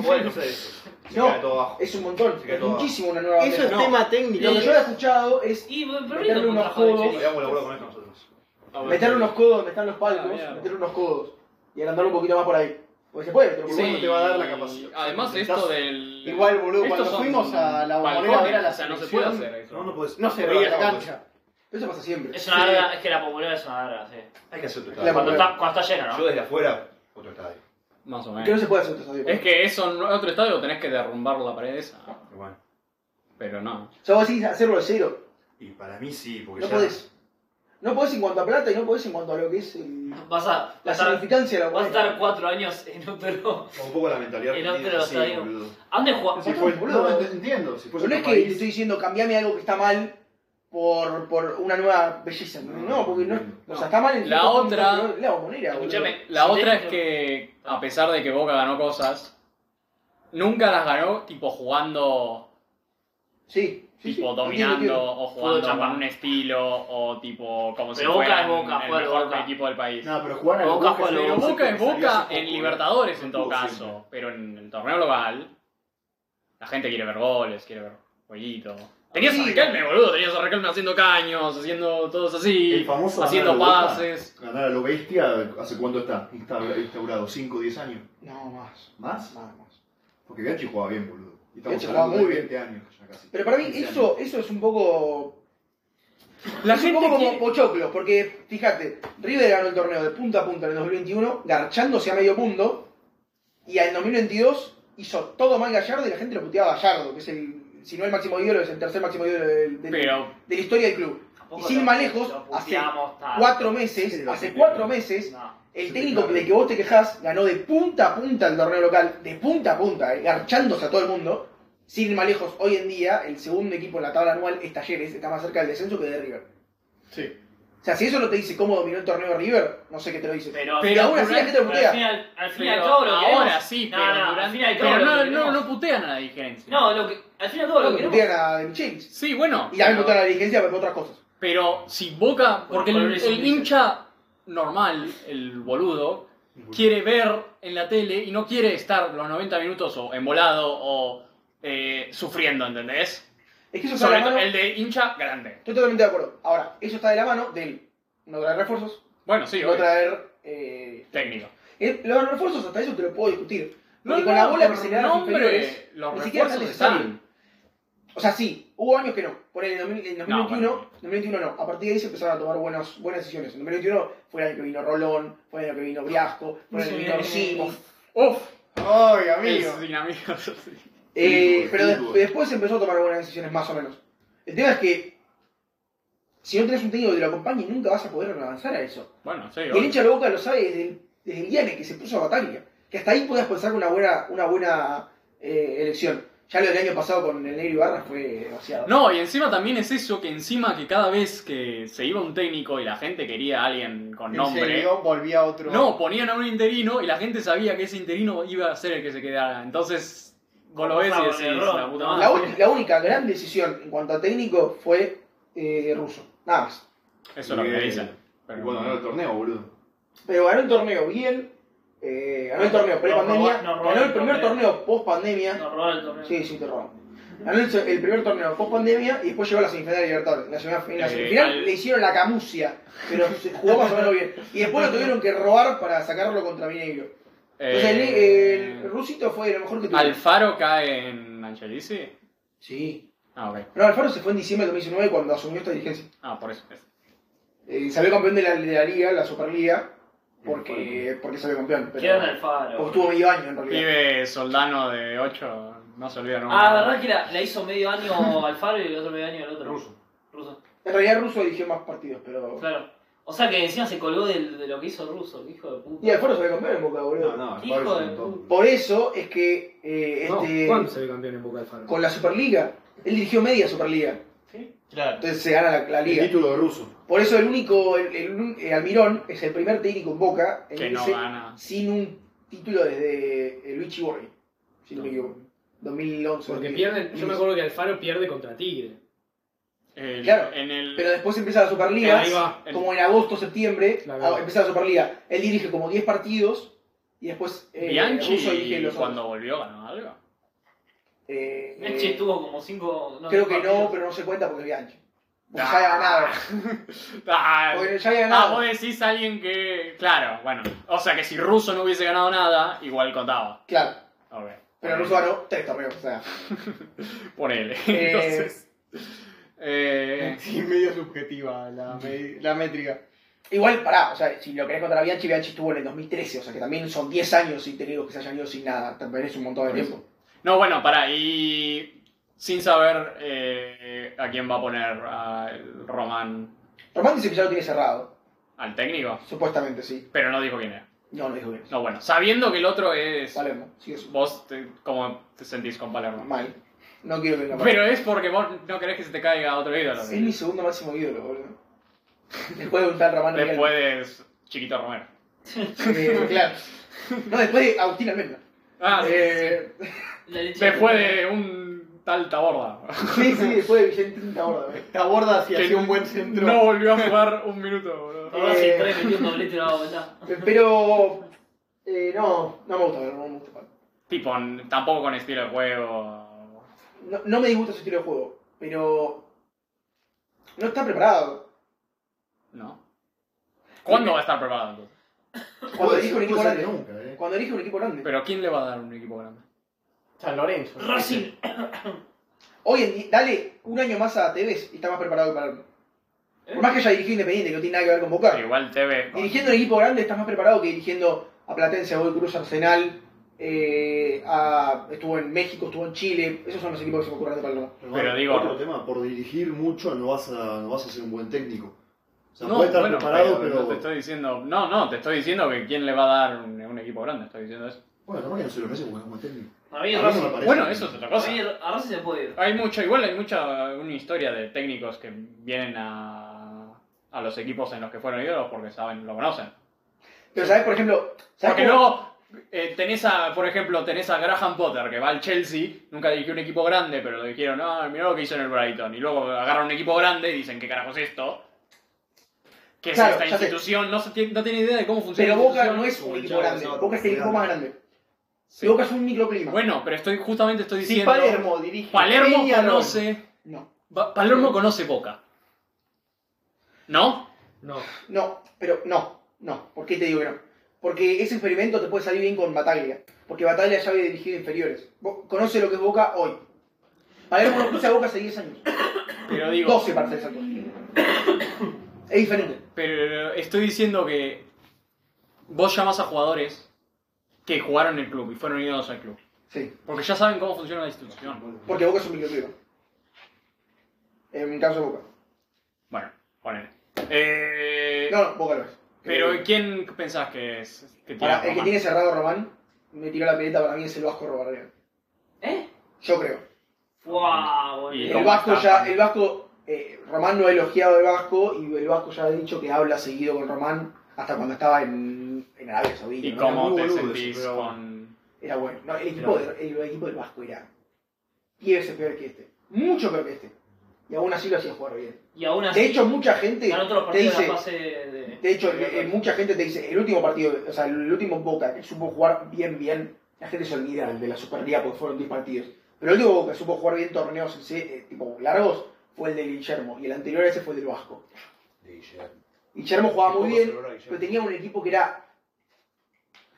S5: Bueno, no
S4: madre.
S5: sé eso. Se
S3: No.
S5: cae todo abajo.
S3: Es un montón,
S5: Se queda
S3: es
S5: todo
S3: muchísimo una nueva
S6: Eso es
S3: bandera.
S6: tema técnico.
S3: Lo que yo he escuchado es
S4: Y pero
S3: Meterle
S4: River no
S3: unos
S4: trajo de
S3: codos.
S4: Chile.
S5: Hagamos la bola con esto nosotros.
S6: Ah,
S3: meter unos codos donde están los
S1: Ah,
S3: palcos,
S1: mierda.
S3: meter unos codos y agrandar un poquito más por ahí. Porque se puede, pero por
S6: Sí.
S3: bueno,
S6: te va a dar la capacidad.
S7: Además, esto del.
S6: Igual, boludo,
S7: Estos
S6: cuando
S7: son
S6: fuimos a la bombonera a
S7: balcones,
S6: ver a la
S7: o sea, no se puede
S6: selección,
S7: hacer eso.
S5: No, no puedes.
S6: no se
S5: Pero
S6: veía la
S5: acá,
S6: cancha.
S3: eso pasa siempre.
S4: Es una verga, es que la popular es una verga, sí.
S5: Hay que hacer otro
S3: La
S5: estadio.
S4: Cuando
S3: popular.
S4: está, cuando está llena,
S5: Yo
S4: ¿no?
S5: desde afuera, otro estadio.
S7: Más o
S3: Que no
S7: menos.
S3: se puede hacer otro estadio.
S7: Es que eso en otro estadio tenés que derrumbar la pared esa.
S5: Pero bueno.
S7: Pero no.
S3: O sea, vos decís hacerlo de cero.
S5: Y para mí sí, porque
S3: No
S5: ya.
S3: podés. No podés en cuanto a plata y no podés en cuanto a lo que es el-
S4: Vas a,
S3: la
S4: vas a,
S3: significancia de la
S4: vas a
S3: humanidad.
S4: estar cuatro años en otro.
S5: Un poco la mentalidad.
S4: El
S5: que tiene,
S4: otro
S5: sí,
S4: estadio.
S5: boludo.
S4: ¿A dónde jugás?
S5: Si
S3: no,
S5: fue el
S3: Ah, boludo.
S5: No, ent- entiendo. Si
S3: Pero
S5: fue
S3: Pues no es que te estoy diciendo cambiame algo que está mal por, por una nueva belleza. No,
S5: No,
S3: porque no.
S5: no.
S3: O sea, está mal en
S7: La otra-
S3: no La bombonera, boludo.
S4: Escuchame,
S7: La
S4: si
S7: otra
S4: tenés-
S7: es que, a pesar de que Boca ganó cosas, nunca las ganó tipo jugando,
S3: Sí. sí, sí,
S7: tipo
S3: lo
S7: dominando,
S3: entiendo, lo entiendo.
S7: o
S4: Fútbol
S7: jugando
S4: champán.
S7: con un estilo, o tipo como si
S4: Pero Boca
S7: fueran
S4: es Boca,
S7: el
S4: juega al
S7: mejor
S4: Boca.
S7: equipo del país.
S10: No, pero jugar al
S4: Boca
S10: Boca.
S4: juega al
S10: salió
S7: Pero
S4: Boca
S7: Boca
S10: siempre,
S7: es
S10: salió hace
S7: Boca
S10: poco,
S7: en
S10: ¿no?
S7: Libertadores en todo
S10: Estuvo siempre.
S7: caso, pero en el torneo local la gente quiere ver goles, quiere ver jueguito. Tenías a
S3: Sí.
S7: Riquelme, boludo, tenías a Riquelme haciendo caños, haciendo todos
S10: El
S7: así,
S10: famoso
S7: haciendo
S10: ganar a Boca.
S7: pases.
S5: Ganar a lo bestia, ¿hace cuánto está? Instaura- Instaurado, 5 o 10 años.
S3: No, más.
S5: ¿Más?
S3: Más, más.
S5: Porque Bianchi jugaba bien, boludo. Y estamos
S3: Bianchi jugaba
S5: hablando de
S3: muy
S5: 20 años ya casi.
S3: Pero para mí
S5: 15
S3: eso,
S5: años.
S3: eso es un poco.
S7: La
S3: es
S7: gente
S3: un poco
S7: quiere-
S3: como pochoclo, porque fíjate, River ganó el torneo de punta a punta en el 2021, garchándose a medio mundo, y en 2022 hizo todo mal Gallardo y la gente lo puteaba a Gallardo, que es el, si no el máximo ídolo, es el tercer máximo ídolo del- del-
S7: Pero
S3: de la historia del club.
S4: Tampoco
S3: Y sin
S4: lo-
S3: más lejos,
S4: lo
S3: hace
S4: puteamos tanto.
S3: Cuatro meses,
S5: Sí,
S3: hace
S5: sí,
S3: cuatro
S5: sí.
S3: meses,
S4: No.
S3: el técnico del que vos te quejás ganó de punta a punta el torneo local, de punta a punta, eh, garchándose a todo el mundo. Sin ir más lejos, hoy en día el segundo equipo en la tabla anual es Talleres, está más cerca del descenso que de River.
S6: Sí.
S3: O sea, si eso no te dice cómo dominó el torneo River, no sé qué te lo dice.
S4: Pero,
S3: Pero aún así la gente lo
S4: pero al
S3: putea.
S4: final, al fin y al
S7: Pero
S4: cabo lo
S7: ahora
S4: queremos.
S7: sí,
S4: No,
S7: pero,
S4: no,
S7: durante-
S4: al fin y al cabo
S7: pero
S4: lo
S7: no, no,
S4: queremos.
S7: no putean a la dirigencia.
S4: No, lo que, al fin y al cabo lo
S3: Porque
S4: queremos.
S3: putean a De Michelis.
S7: Sí, bueno.
S3: Y también
S7: pero-
S3: putean a la dirigencia por otras cosas.
S7: Pero si Boca, porque el,
S4: colores
S7: el
S4: son grises.
S7: hincha normal, el boludo, quiere ver en la tele y no quiere estar los 90 minutos o embolado o eh, sufriendo, ¿entendés?
S3: Es que eso está de
S7: Sobre
S3: la
S7: todo
S3: mano.
S7: el de hincha grande.
S3: Estoy totalmente de acuerdo. Ahora, eso está de la mano del no traer refuerzos,
S7: Bueno, sí,
S3: no
S7: obvio.
S3: traer. eh,
S7: técnico.
S3: eh, los refuerzos hasta eso te lo puedo discutir.
S7: No,
S3: Porque con
S7: no,
S3: la bola que
S7: por
S3: se le da a los
S7: nombre,
S3: inferiores,
S7: los
S3: ni siquiera
S7: refuerzos
S3: sale
S7: están.
S3: O sea, sí, hubo años que no. Por el 2000 en 2021,
S7: No, bueno.
S3: 2021 no. A partir de ahí se empezaron a tomar buenas, buenas decisiones. En 2021 fue el año que vino Rolón, fue el año que vino Briasco, fue el año que vino Orsini.
S7: Uf,
S6: Ay, amigo.
S7: es sin amigos.
S3: Eh,
S5: Fútbol,
S3: pero des-
S5: fútbol.
S3: después se empezó a tomar buenas decisiones, más o menos. El tema es que si no tenés un técnico que te lo acompañe, nunca vas a poder avanzar a eso.
S7: Bueno, sí,
S3: Y el
S7: obvio.
S3: hincha de boca lo sabe desde el, desde el día en el que se puso a Bataglia. Que hasta ahí podías pensar una buena, una buena eh, elección. Ya lo del año pasado con el Negro Ibarra fue demasiado.
S7: No, y encima también es eso, que encima que cada vez que se iba un técnico y la gente quería a alguien con
S6: En
S7: nombre...
S6: serio, volví a otro.
S7: No, ponían a un interino y la gente sabía que ese interino iba a ser el que se quedara. Entonces, vos lo ves y decís, la puta
S3: La,
S7: madre.
S3: ul- la única gran decisión en cuanto a técnico fue eh, ruso. Nada más.
S7: Eso es lo que
S5: Bien.
S7: dicen.
S5: Y
S7: Pero
S5: bueno, ganó el torneo, boludo.
S3: Pero ganó el torneo bien. eh, ganó el torneo pre-pandemia.
S4: Nos robó- nos robó
S3: ganó
S4: el
S3: el primer
S4: torneo.
S3: torneo post-pandemia.
S4: Nos robaron el torneo.
S3: Sí, sí, te roban. Ganó el, el primer torneo post-pandemia y después llegó a la semifinal de Libertadores. En la semif- en la
S7: Eh,
S3: semifinal
S7: al-
S3: le hicieron la camucia, pero se jugó más o menos bien. Y después lo tuvieron que robar para sacarlo contra Mineiro. Entonces el,
S7: Eh,
S3: el rusito fue lo mejor que tuvo.
S7: ¿Alfaro cae en Angelici?
S3: Sí.
S7: Ah, ok.
S3: No, Alfaro se fue en diciembre de 2019 cuando asumió esta dirigencia.
S7: Ah, por eso. es.
S3: Eh, salió campeón de la, de la liga, la Superliga, porque, porque salió campeón.
S4: Quedan
S3: Pero,
S4: al faro.
S3: porque estuvo medio año en realidad.
S7: Pibe soldano de 8, no se olvida nunca.
S4: Ah, la verdad que la, la hizo medio año Alfaro y el otro medio año el otro. Ruso. Ruso,
S3: En realidad Russo dirigió más partidos, pero.
S4: claro. O sea que encima se colgó del- de lo que hizo Ruso, que hijo de puta.
S3: Y Alfaro salió campeón en Boca, boludo.
S5: No, no,
S4: Hijo
S5: Alfaro
S4: de
S5: es un tonto.
S3: Por eso es que eh,
S1: No,
S3: este,
S1: ¿Cuándo se ve campeón en Boca del Faro?
S3: con la Superliga, él dirigió media Superliga.
S4: Sí.
S11: Claro.
S3: Entonces se gana la, la
S5: El
S3: liga.
S5: título de ruso.
S3: Por eso el único, el, el un- eh, Almirón es el primer técnico en Boca en
S12: Que no
S3: irse
S12: gana.
S3: sin un título desde eh, Luigi Borghi, si no me equivoco. 2011.
S1: Porque
S3: 2010.
S1: pierden, yo me acuerdo que Alfaro pierde contra Tigre.
S7: El-
S3: Claro,
S7: En el,
S3: Pero después empieza la Superliga,
S1: Ahí va,
S7: el-
S3: como en agosto, septiembre,
S1: Claro.
S3: ah, empieza la Superliga. Él dirige como 10 partidos y después eh,
S7: Bianchi,
S3: Russo dirige los otros.
S7: cuando volvió, ganó algo.
S3: Eh,
S4: Meche
S3: eh,
S4: tuvo como cinco. no,
S3: creo que no,
S4: partidos.
S3: pero no se cuenta porque es Bianchi. Porque ya había ganado.
S7: Ah,
S3: Porque ya había
S7: ah,
S3: ganado.
S7: vos decís a alguien que. Claro, bueno. O sea que si Russo no hubiese ganado nada, igual contaba.
S3: Claro.
S7: Ok.
S3: Pero Russo ganó tres torneos. O sea,
S7: Ponele.
S3: Eh,
S7: Entonces. eh,
S11: Sí, medio subjetiva la, me- la métrica.
S3: igual, pará. O sea, si lo querés contra Bianchi, Bianchi estuvo en el 2013. O sea, que también son 10 años sin técnicos que se hayan ido sin nada. También es un montón de
S7: Por eso.
S3: tiempo.
S7: No, bueno, para y. Sin saber eh, a quién va a poner a Román
S3: Román dice que ya lo tiene cerrado.
S7: al técnico,
S3: Supuestamente, sí.
S7: pero no dijo quién era.
S3: No, no dijo bien.
S7: No, bueno, sabiendo que el otro es.
S3: Palermo. Sí, es
S7: Vos, te- ¿cómo te sentís con Palermo?
S3: mal. No quiero que venga Palermo.
S7: Pero es porque vos no querés que se te caiga otro ídolo.
S3: Es mi segundo máximo ídolo, boludo. Después de un tal Román Riquelme.
S7: Después de Chiquito Romero.
S3: Eh, claro. No, después de Agustín Almendra.
S7: Ah,
S3: Eh,
S4: La leche
S7: después de un tal Taborda.
S3: sí, sí, después de Vicentín Taborda.
S11: Te abordas y
S7: Que
S11: hacía un buen centro.
S7: No volvió a jugar un minuto, boludo.
S4: Ahora sí, tres metió un
S3: Eh,
S4: doblete la vuelta.
S3: Pero. Eh, no, no me gusta Palermo, no me gusta Palermo.
S7: Tipo, n- tampoco con estilo de juego.
S3: No, no me disgusta su estilo de juego, pero. No está preparado.
S7: ¿No? ¿Cuándo va a estar preparado entonces?
S3: Cuando
S5: Puede
S3: elige un
S5: ser-
S3: equipo
S5: puede ser que
S3: grande.
S5: nunca, eh.
S3: Cuando elige un equipo grande.
S7: Pero ¿quién le va a dar un equipo grande?
S11: San Lorenzo.
S4: Racing.
S3: Hoy en día, dale un año más a Tevez y está más preparado que Palermo.
S7: ¿Eh?
S3: Por más que haya dirigido Independiente, que no tiene nada que ver con Boca.
S7: Pero igual TV. con-
S3: Dirigiendo un equipo grande estás más preparado que dirigiendo a Platense, a Boy Cruz, Arsenal. eh, a- estuvo en México, estuvo en Chile. Esos son los equipos que se me ocurren de Palermo.
S7: Pero digo-
S5: Otro tema, por dirigir mucho no vas a, no vas a ser un buen técnico. O sea,
S7: No,
S5: puede estar
S7: bueno,
S5: preparado,
S7: pero
S5: pero.
S7: no te estoy diciendo. No, no, te estoy diniendo que quién le va a dar un, un equipo grande. Estoy diciendo eso.
S5: Bueno, capaz que no se lo merece porque es un buen técnico.
S4: A mí
S5: A mí no me
S4: Racing.
S5: parece.
S7: Bueno, eso es otra
S4: A
S7: cosa.
S4: mí a Racing se puede ir.
S7: Hay mucha, igual hay mucha una historia de técnicos que vienen a, a los equipos en los que fueron ídolos porque saben, lo conocen.
S3: Pero sabes, por ejemplo, ¿sabés
S7: Porque
S3: cómo-
S7: luego eh, tenés a, por ejemplo, tenés a Graham Potter que va al Chelsea, nunca dirigió un equipo grande, pero lo dijeron, no, mirá lo que hizo en el Brighton. Y luego agarran un equipo grande y dicen, ¿qué carajo es esto? ¿Qué es
S3: Claro,
S7: esta
S3: ya sé.
S7: institución? No, se tiene- no tiene idea de cómo funciona.
S3: Pero
S7: la
S3: Boca
S7: institución.
S3: no es un
S5: Uy,
S3: equipo
S5: ya,
S3: grande.
S5: no,
S3: Boca es el equipo
S5: cuidado.
S3: más grande.
S7: Sí.
S3: Y Boca es un microclima.
S7: Bueno, pero estoy justamente estoy
S11: Si
S7: diciendo.
S11: Palermo dirige.
S7: Palermo
S11: Peñarol,
S7: conoce.
S3: No,
S7: Ba- Palermo conoce Boca. ¿No?
S12: No.
S3: no, pero no, no. ¿Por qué te digo que no? Porque ese experimento te puede salir bien con Bataglia. Porque Bataglia ya había dirigido inferiores. Bo- conoce lo que es Boca hoy. Palermo no pisa a Boca hace 10 años.
S7: Pero digo.
S3: 12 para ser exacto. Es diferente.
S7: Pero estoy diciendo que vos llamás a jugadores que jugaron en el club y fueron unidos al club.
S3: Sí.
S7: Porque ya saben cómo funciona la institución.
S3: Porque Boca es un microclima. En mi caso Boca.
S7: Bueno, ponele. Eh,
S3: No, no, Boca lo es.
S7: pero
S3: Eh,
S7: ¿quién pensás que es? Que tiene
S3: para- el que
S7: Román?
S3: tiene cerrado a Román, me tiró la peleta para mí es el Vasco Robarrián.
S4: ¿Eh?
S3: Yo creo.
S4: ¡Wow!
S7: Y-
S4: Bueno.
S3: El
S7: cómo
S3: Vasco
S7: está?
S3: ya, el Vasco, eh, Román no ha elogiado al Vasco y el Vasco ya ha dicho que habla seguido con Román hasta cuando estaba en, en Arabia Saudita.
S7: ¿Y
S3: ¿no?
S7: cómo
S5: muy
S7: te
S5: boludo eso,
S7: sentís
S5: pero bueno.
S7: con...?
S3: Era bueno. No, el, equipo de- el equipo del Vasco era 10 veces peor que este. Mucho peor que este. Y aún así lo hacía jugar bien.
S4: Y aún así.
S3: De hecho, mucha gente
S4: ganó todos los
S3: te
S4: partidos de
S3: dice...
S4: la fase de.
S3: De hecho, eh, eh, mucha gente te dice, el último partido, o sea, el último Boca que supo jugar bien, bien, la gente se olvida de la Superliga porque fueron 10 partidos. Pero el último Boca que supo jugar bien torneos sí, eh, tipo largos fue el de Guillermo y el anterior a ese fue el del Vasco. Guillermo jugaba muy bien, pero tenía un equipo que era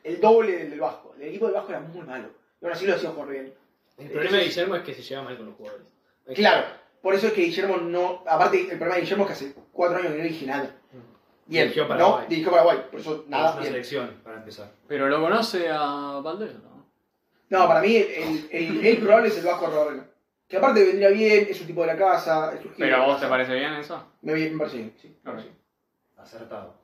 S3: el doble del del Vasco. El equipo del Vasco era muy malo. Y aún así lo hacía jugar bien.
S1: El problema de Guillermo es que se lleva mal con los jugadores.
S3: Claro, por eso es que Guillermo no. Aparte, el problema de Guillermo es que hace 4 años que no dirigió nada. Bien,
S1: Dirigió
S3: ¿no?
S1: Paraguay.
S3: Dirigió Paraguay, por eso
S5: Nada,
S3: nada
S5: una
S3: bien.
S5: selección, para empezar.
S7: Pero lo conoce a Valdés, ¿no?
S3: No, para mí el, el, el- el probable es el Vasco Rodríguez. Que aparte vendría bien, es un tipo de la casa, es un gil
S7: ¿Pero
S3: de
S7: a
S3: la
S7: vos
S3: casa.
S7: te parece bien eso?
S3: Me, me parece bien, sí.
S7: Ok.
S5: Acertado.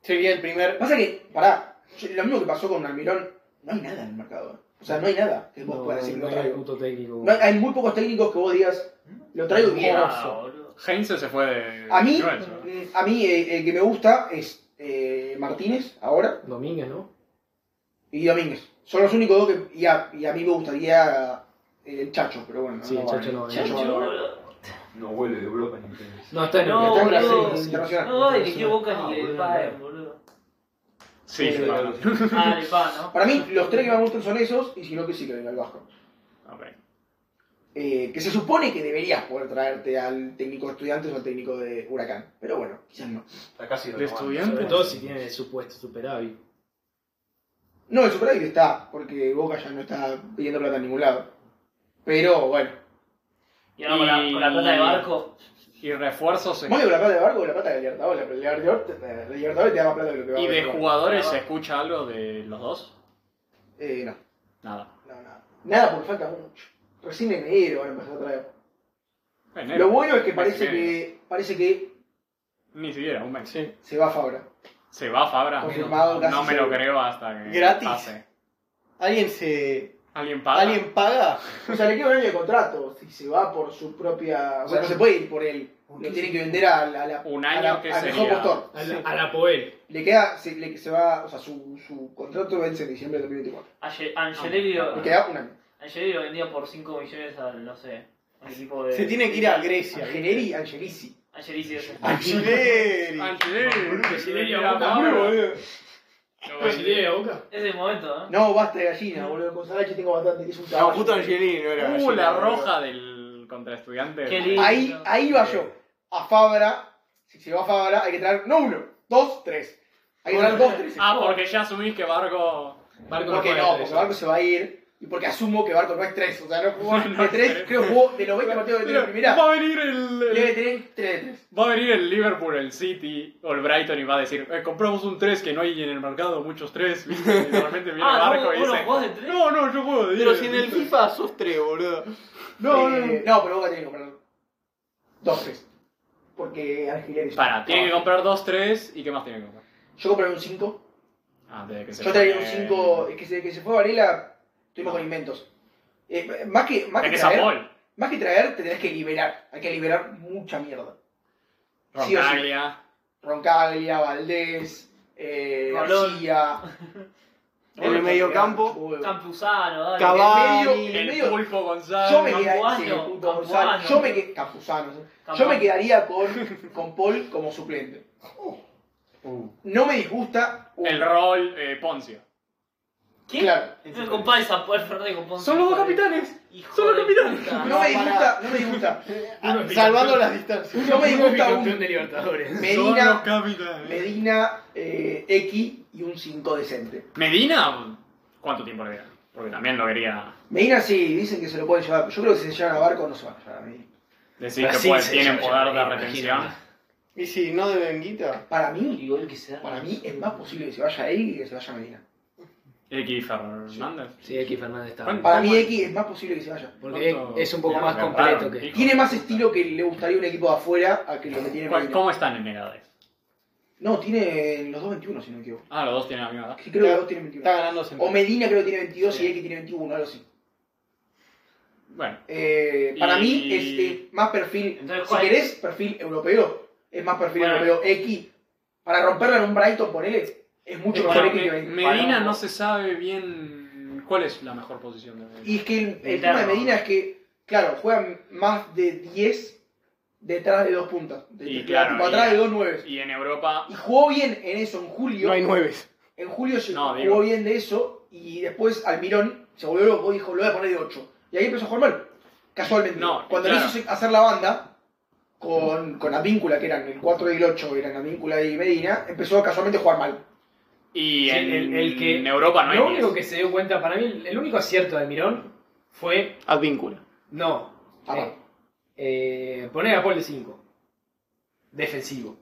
S11: Sería el primer.
S3: Pasa que, pará, yo- lo mismo que pasó con Almirón, no hay nada en el mercado. ¿eh? O sea, no hay nada que vos puedas decir, lo
S1: no hay
S3: traigo.
S1: puto técnico.
S3: No hay, hay muy pocos técnicos que vos digas, lo traigo bien.
S4: Wow, boludo.
S3: acuerdo.
S7: Heinze se fue de.
S3: A mí,
S7: Newell's, ¿no?
S3: mm, a mí eh, el que me gusta es eh, Martínez ahora
S1: Domínguez, ¿no?
S3: y Domínguez. Son los únicos dos que. Y a, y a mí me gustaría el Chacho, pero bueno.
S1: Sí,
S3: no
S1: el
S3: va a
S1: Chacho
S3: venir.
S1: no va a
S3: El Chacho
S4: Chacho,
S3: va a venir.
S4: boludo.
S5: No vuelve de Europa ni interés.
S1: No, está en el
S4: No,
S1: está en
S4: boludo.
S1: Brasil,
S3: Sí, internacional.
S4: No, dirigió Boca
S3: Ah,
S4: ni que
S1: boludo,
S4: el Bayern, boludo.
S7: Sí,
S3: Eh,
S7: se va.
S4: Ah, el Bayern, ¿no?
S3: Para mí, los tres que más me gustan son esos, y si no, que sí que venga el Vasco.
S7: Ok.
S3: Eh, que se supone que deberías poder traerte al técnico de estudiantes o al técnico de Huracán. Pero bueno, quizás no.
S13: Está casi
S7: ¿De
S1: Sobre
S7: estudiante?
S1: todo si tiene el supuesto superávit.
S3: No, el superávit está, porque Boca ya no está pidiendo plata en ningún lado. Pero bueno,
S4: Y ahora con la, con la plata de barco.
S7: Y refuerzos.
S3: más que con la plata de Barco, con la plata de Libertadores. La plata de Libertadores te- eh, de Libertadores te da más plata de lo que va a
S7: ¿Y de
S3: haber.
S7: jugadores se escucha algo de los dos?
S3: Eh, no,
S7: Nada.
S3: no, nada. Nada porque falta mucho. Recién en enero van a empezar a traer.
S7: Enero.
S3: Lo bueno es que
S7: Mes
S3: parece
S7: y medio.
S3: que parece que
S7: Ni siquiera, un mes.
S3: se va Fabra.
S7: Se va Fabra.
S3: Confirmado casi
S7: No me lo
S3: seguro.
S7: creo hasta que.
S6: Gratis.
S7: pase.
S6: ¿Alguien se.
S7: ¿Alguien paga?
S6: ¿Alguien paga?
S3: O sea, le queda un año de contrato. Si se va por su propia. O sea, no se puede ir por él. Lo tienen que vender a la. a la-
S7: Un
S3: a
S7: año
S3: la-
S7: que
S3: al
S7: sería.
S3: mejor postor.
S1: A la, a la Poel.
S3: Le queda. Se, le- se va, o sea, su, su contrato vence en diciembre de 2024.
S4: Ange- Angeleri lo-
S3: Le Ah, queda un año.
S4: Angeleri lo vendió por 5 millones al, no sé, un equipo de...
S6: Se tiene que ir a Grecia.
S3: Angeleri, Angelici.
S4: Angeleri, sí, ese.
S6: Angileri.
S7: Ah,
S1: Brasileiro
S7: Mira,
S1: a Boca.
S7: Pablo.
S1: ¿Lo
S7: Pues eh,
S1: Brasileiro a Boca?
S4: Es el momento, ¿eh? ¿no?
S3: No, basta de gallina, boludo. Con Salachi tengo bastante. Es un
S6: No,
S3: trabajo.
S6: justo Angelini no era.
S7: Uh,
S6: gallina,
S7: la
S6: boludo.
S7: roja del contraestudiante.
S4: Qué lindo.
S3: Ahí, ahí va yo. A Fabra. Si se va a Fabra, hay que traer. No uno, dos, tres. Hay que traer dos, tres.
S7: Ah, porque ya asumís que Barco.
S1: Barco no
S3: Porque
S1: juega
S3: no,
S1: tres.
S3: porque Barco se va a ir. Y porque asumo que Barco no es tres. O sea, no jugó de tres.
S7: pero-
S3: Creo que jugó de los 20 partidos que tiene
S7: Mira,
S3: en primera.
S7: va a venir el, el-
S3: Debe tener tres de tres.
S7: va a venir el Liverpool, el City o el Brighton y va a decir, "Eh, compramos un 3 que no hay en el mercado, muchos 3, ¿viste? Y normalmente viene
S4: Ah,
S7: Barco
S4: ¿no?
S7: y
S4: ¿Vos no
S7: dice,
S4: jugás de tres?
S7: "No, no, yo juego de
S6: Pero
S7: 10".
S6: si en el FIFA sos tres, boludo.
S7: No, no,
S3: Eh, no, pero Boca tiene que comprar dos, tres. Porque Angeleri.
S7: Para, tiene que comprar 2 3 y qué más tiene que comprar?
S3: Yo compraría un 5.
S7: Ah, desde que se
S3: Yo traería un
S7: fue-
S3: 5. Es que se, que se fue Varela, estuvimos con inventos. Eh, más que, más
S7: Desde
S3: que,
S7: que
S3: traer,
S7: Zapol,
S3: más que traer, te tenés que liberar. Hay que liberar mucha mierda. Sí o sí.
S7: Roncaglia,
S3: Roncaglia, Valdés, eh,
S4: Rolón.
S3: García.
S6: En el mediocampo,
S3: Uy, en
S4: Campuzano, dale.
S6: Cavani.
S3: el medio- en el
S7: el
S3: medio,
S7: Pulpo González.
S3: yo me quedaría,
S4: Campuzano,
S3: sí, el puto
S4: Campuzano.
S3: Gonzalo. yo me qued- Campuzano, sí. yo me quedaría con, con Paul como suplente. No me disgusta.
S7: El rol eh, Poncio.
S4: ¿Quién?
S3: Claro.
S4: No me compares a Paul Fernández con Ponce.
S7: Son los dos capitanes.
S4: Hijo
S7: Son los
S4: de
S7: capitanes.
S4: puta.
S3: No me disgusta, no me disgusta.
S6: Ah, Salvando las distancias.
S3: No me disgusta un
S1: campeón de Libertadores.
S7: Son los
S3: Medina,
S7: capitanes.
S3: Medina, eh, X y un 5 decente.
S7: Medina, ¿cuánto tiempo le queda? Porque también lo quería
S3: Medina sí, dicen que se lo pueden llevar. Yo creo que si se llevan a Barco no se van a llevar a Medina.
S7: decir que
S1: Brasil
S7: puede-
S1: se
S7: tienen
S1: lleva,
S7: poder de
S1: imagínate.
S7: retención.
S6: Y si no deben guita.
S3: Para mí,
S4: Digo, el que se da.
S3: para mí es más posible que se vaya X que se vaya Medina.
S7: X Fernández.
S1: Sí, aquí Fernández
S7: Bueno,
S1: está.
S3: Para mí X es más posible que se vaya.
S1: Porque
S7: ¿Cuánto-
S1: es un poco
S7: cuánto
S1: más
S7: gastaron,
S1: completo que.
S7: hijo?
S3: Tiene más estilo que le gustaría un equipo de afuera a que lo que tiene
S7: ¿Cuál-
S3: Medina.
S7: ¿Cómo están en edades?
S3: No, tiene los dos 21, si no me equivoco.
S7: Ah, los dos tienen la misma edad.
S3: Sí, creo que los dos tienen
S6: Está
S3: 21.
S6: ganando
S3: O
S6: sentido.
S3: Medina creo que tiene 22 y X tiene 21, algo así.
S7: Bueno,
S3: Eh, para
S7: Y-
S3: mí es, es más perfil.
S4: Entonces,
S3: si
S4: ¿cuál?
S3: querés perfil europeo, es más perfil
S4: Bueno.
S3: europeo. X, para romperla en un Brighton, ponele, es mucho mejor
S7: Bueno,
S3: X que
S1: eh,
S7: Me-
S3: Medina.
S7: eh, Medina no se sabe bien cuál es la mejor posición de Medina.
S3: Y es que el, el
S4: Interno.
S3: tema de Medina es que, claro, juegan más de 10 detrás de dos puntas. De-
S7: Y
S3: de-
S7: claro,
S3: tipo,
S7: y-
S3: atrás de dos nueves.
S7: Y en Europa,
S3: Y jugó bien en eso en julio.
S6: No hay nueves.
S3: En julio se
S7: No,
S3: jugó
S7: digo-
S3: bien de eso y después Almirón se volvió loco y dijo, lo voy a poner de 8. Y ahí empezó a jugar mal, casualmente.
S7: No,
S3: Cuando
S7: claro.
S3: le hizo hacer la banda con, con Advíncula, que eran el 4 y el 8, eran Advíncula y Medina, empezó casualmente a jugar mal.
S1: Sí,
S7: y en,
S1: el- el que-
S7: en Europa no hay
S1: Lo
S7: 10.
S1: único que se dio cuenta, para mí, el único acierto de Mirón fue.
S6: Advíncula.
S1: No.
S3: Ah,
S1: eh, eh, poner a Paul de 5. Defensivo.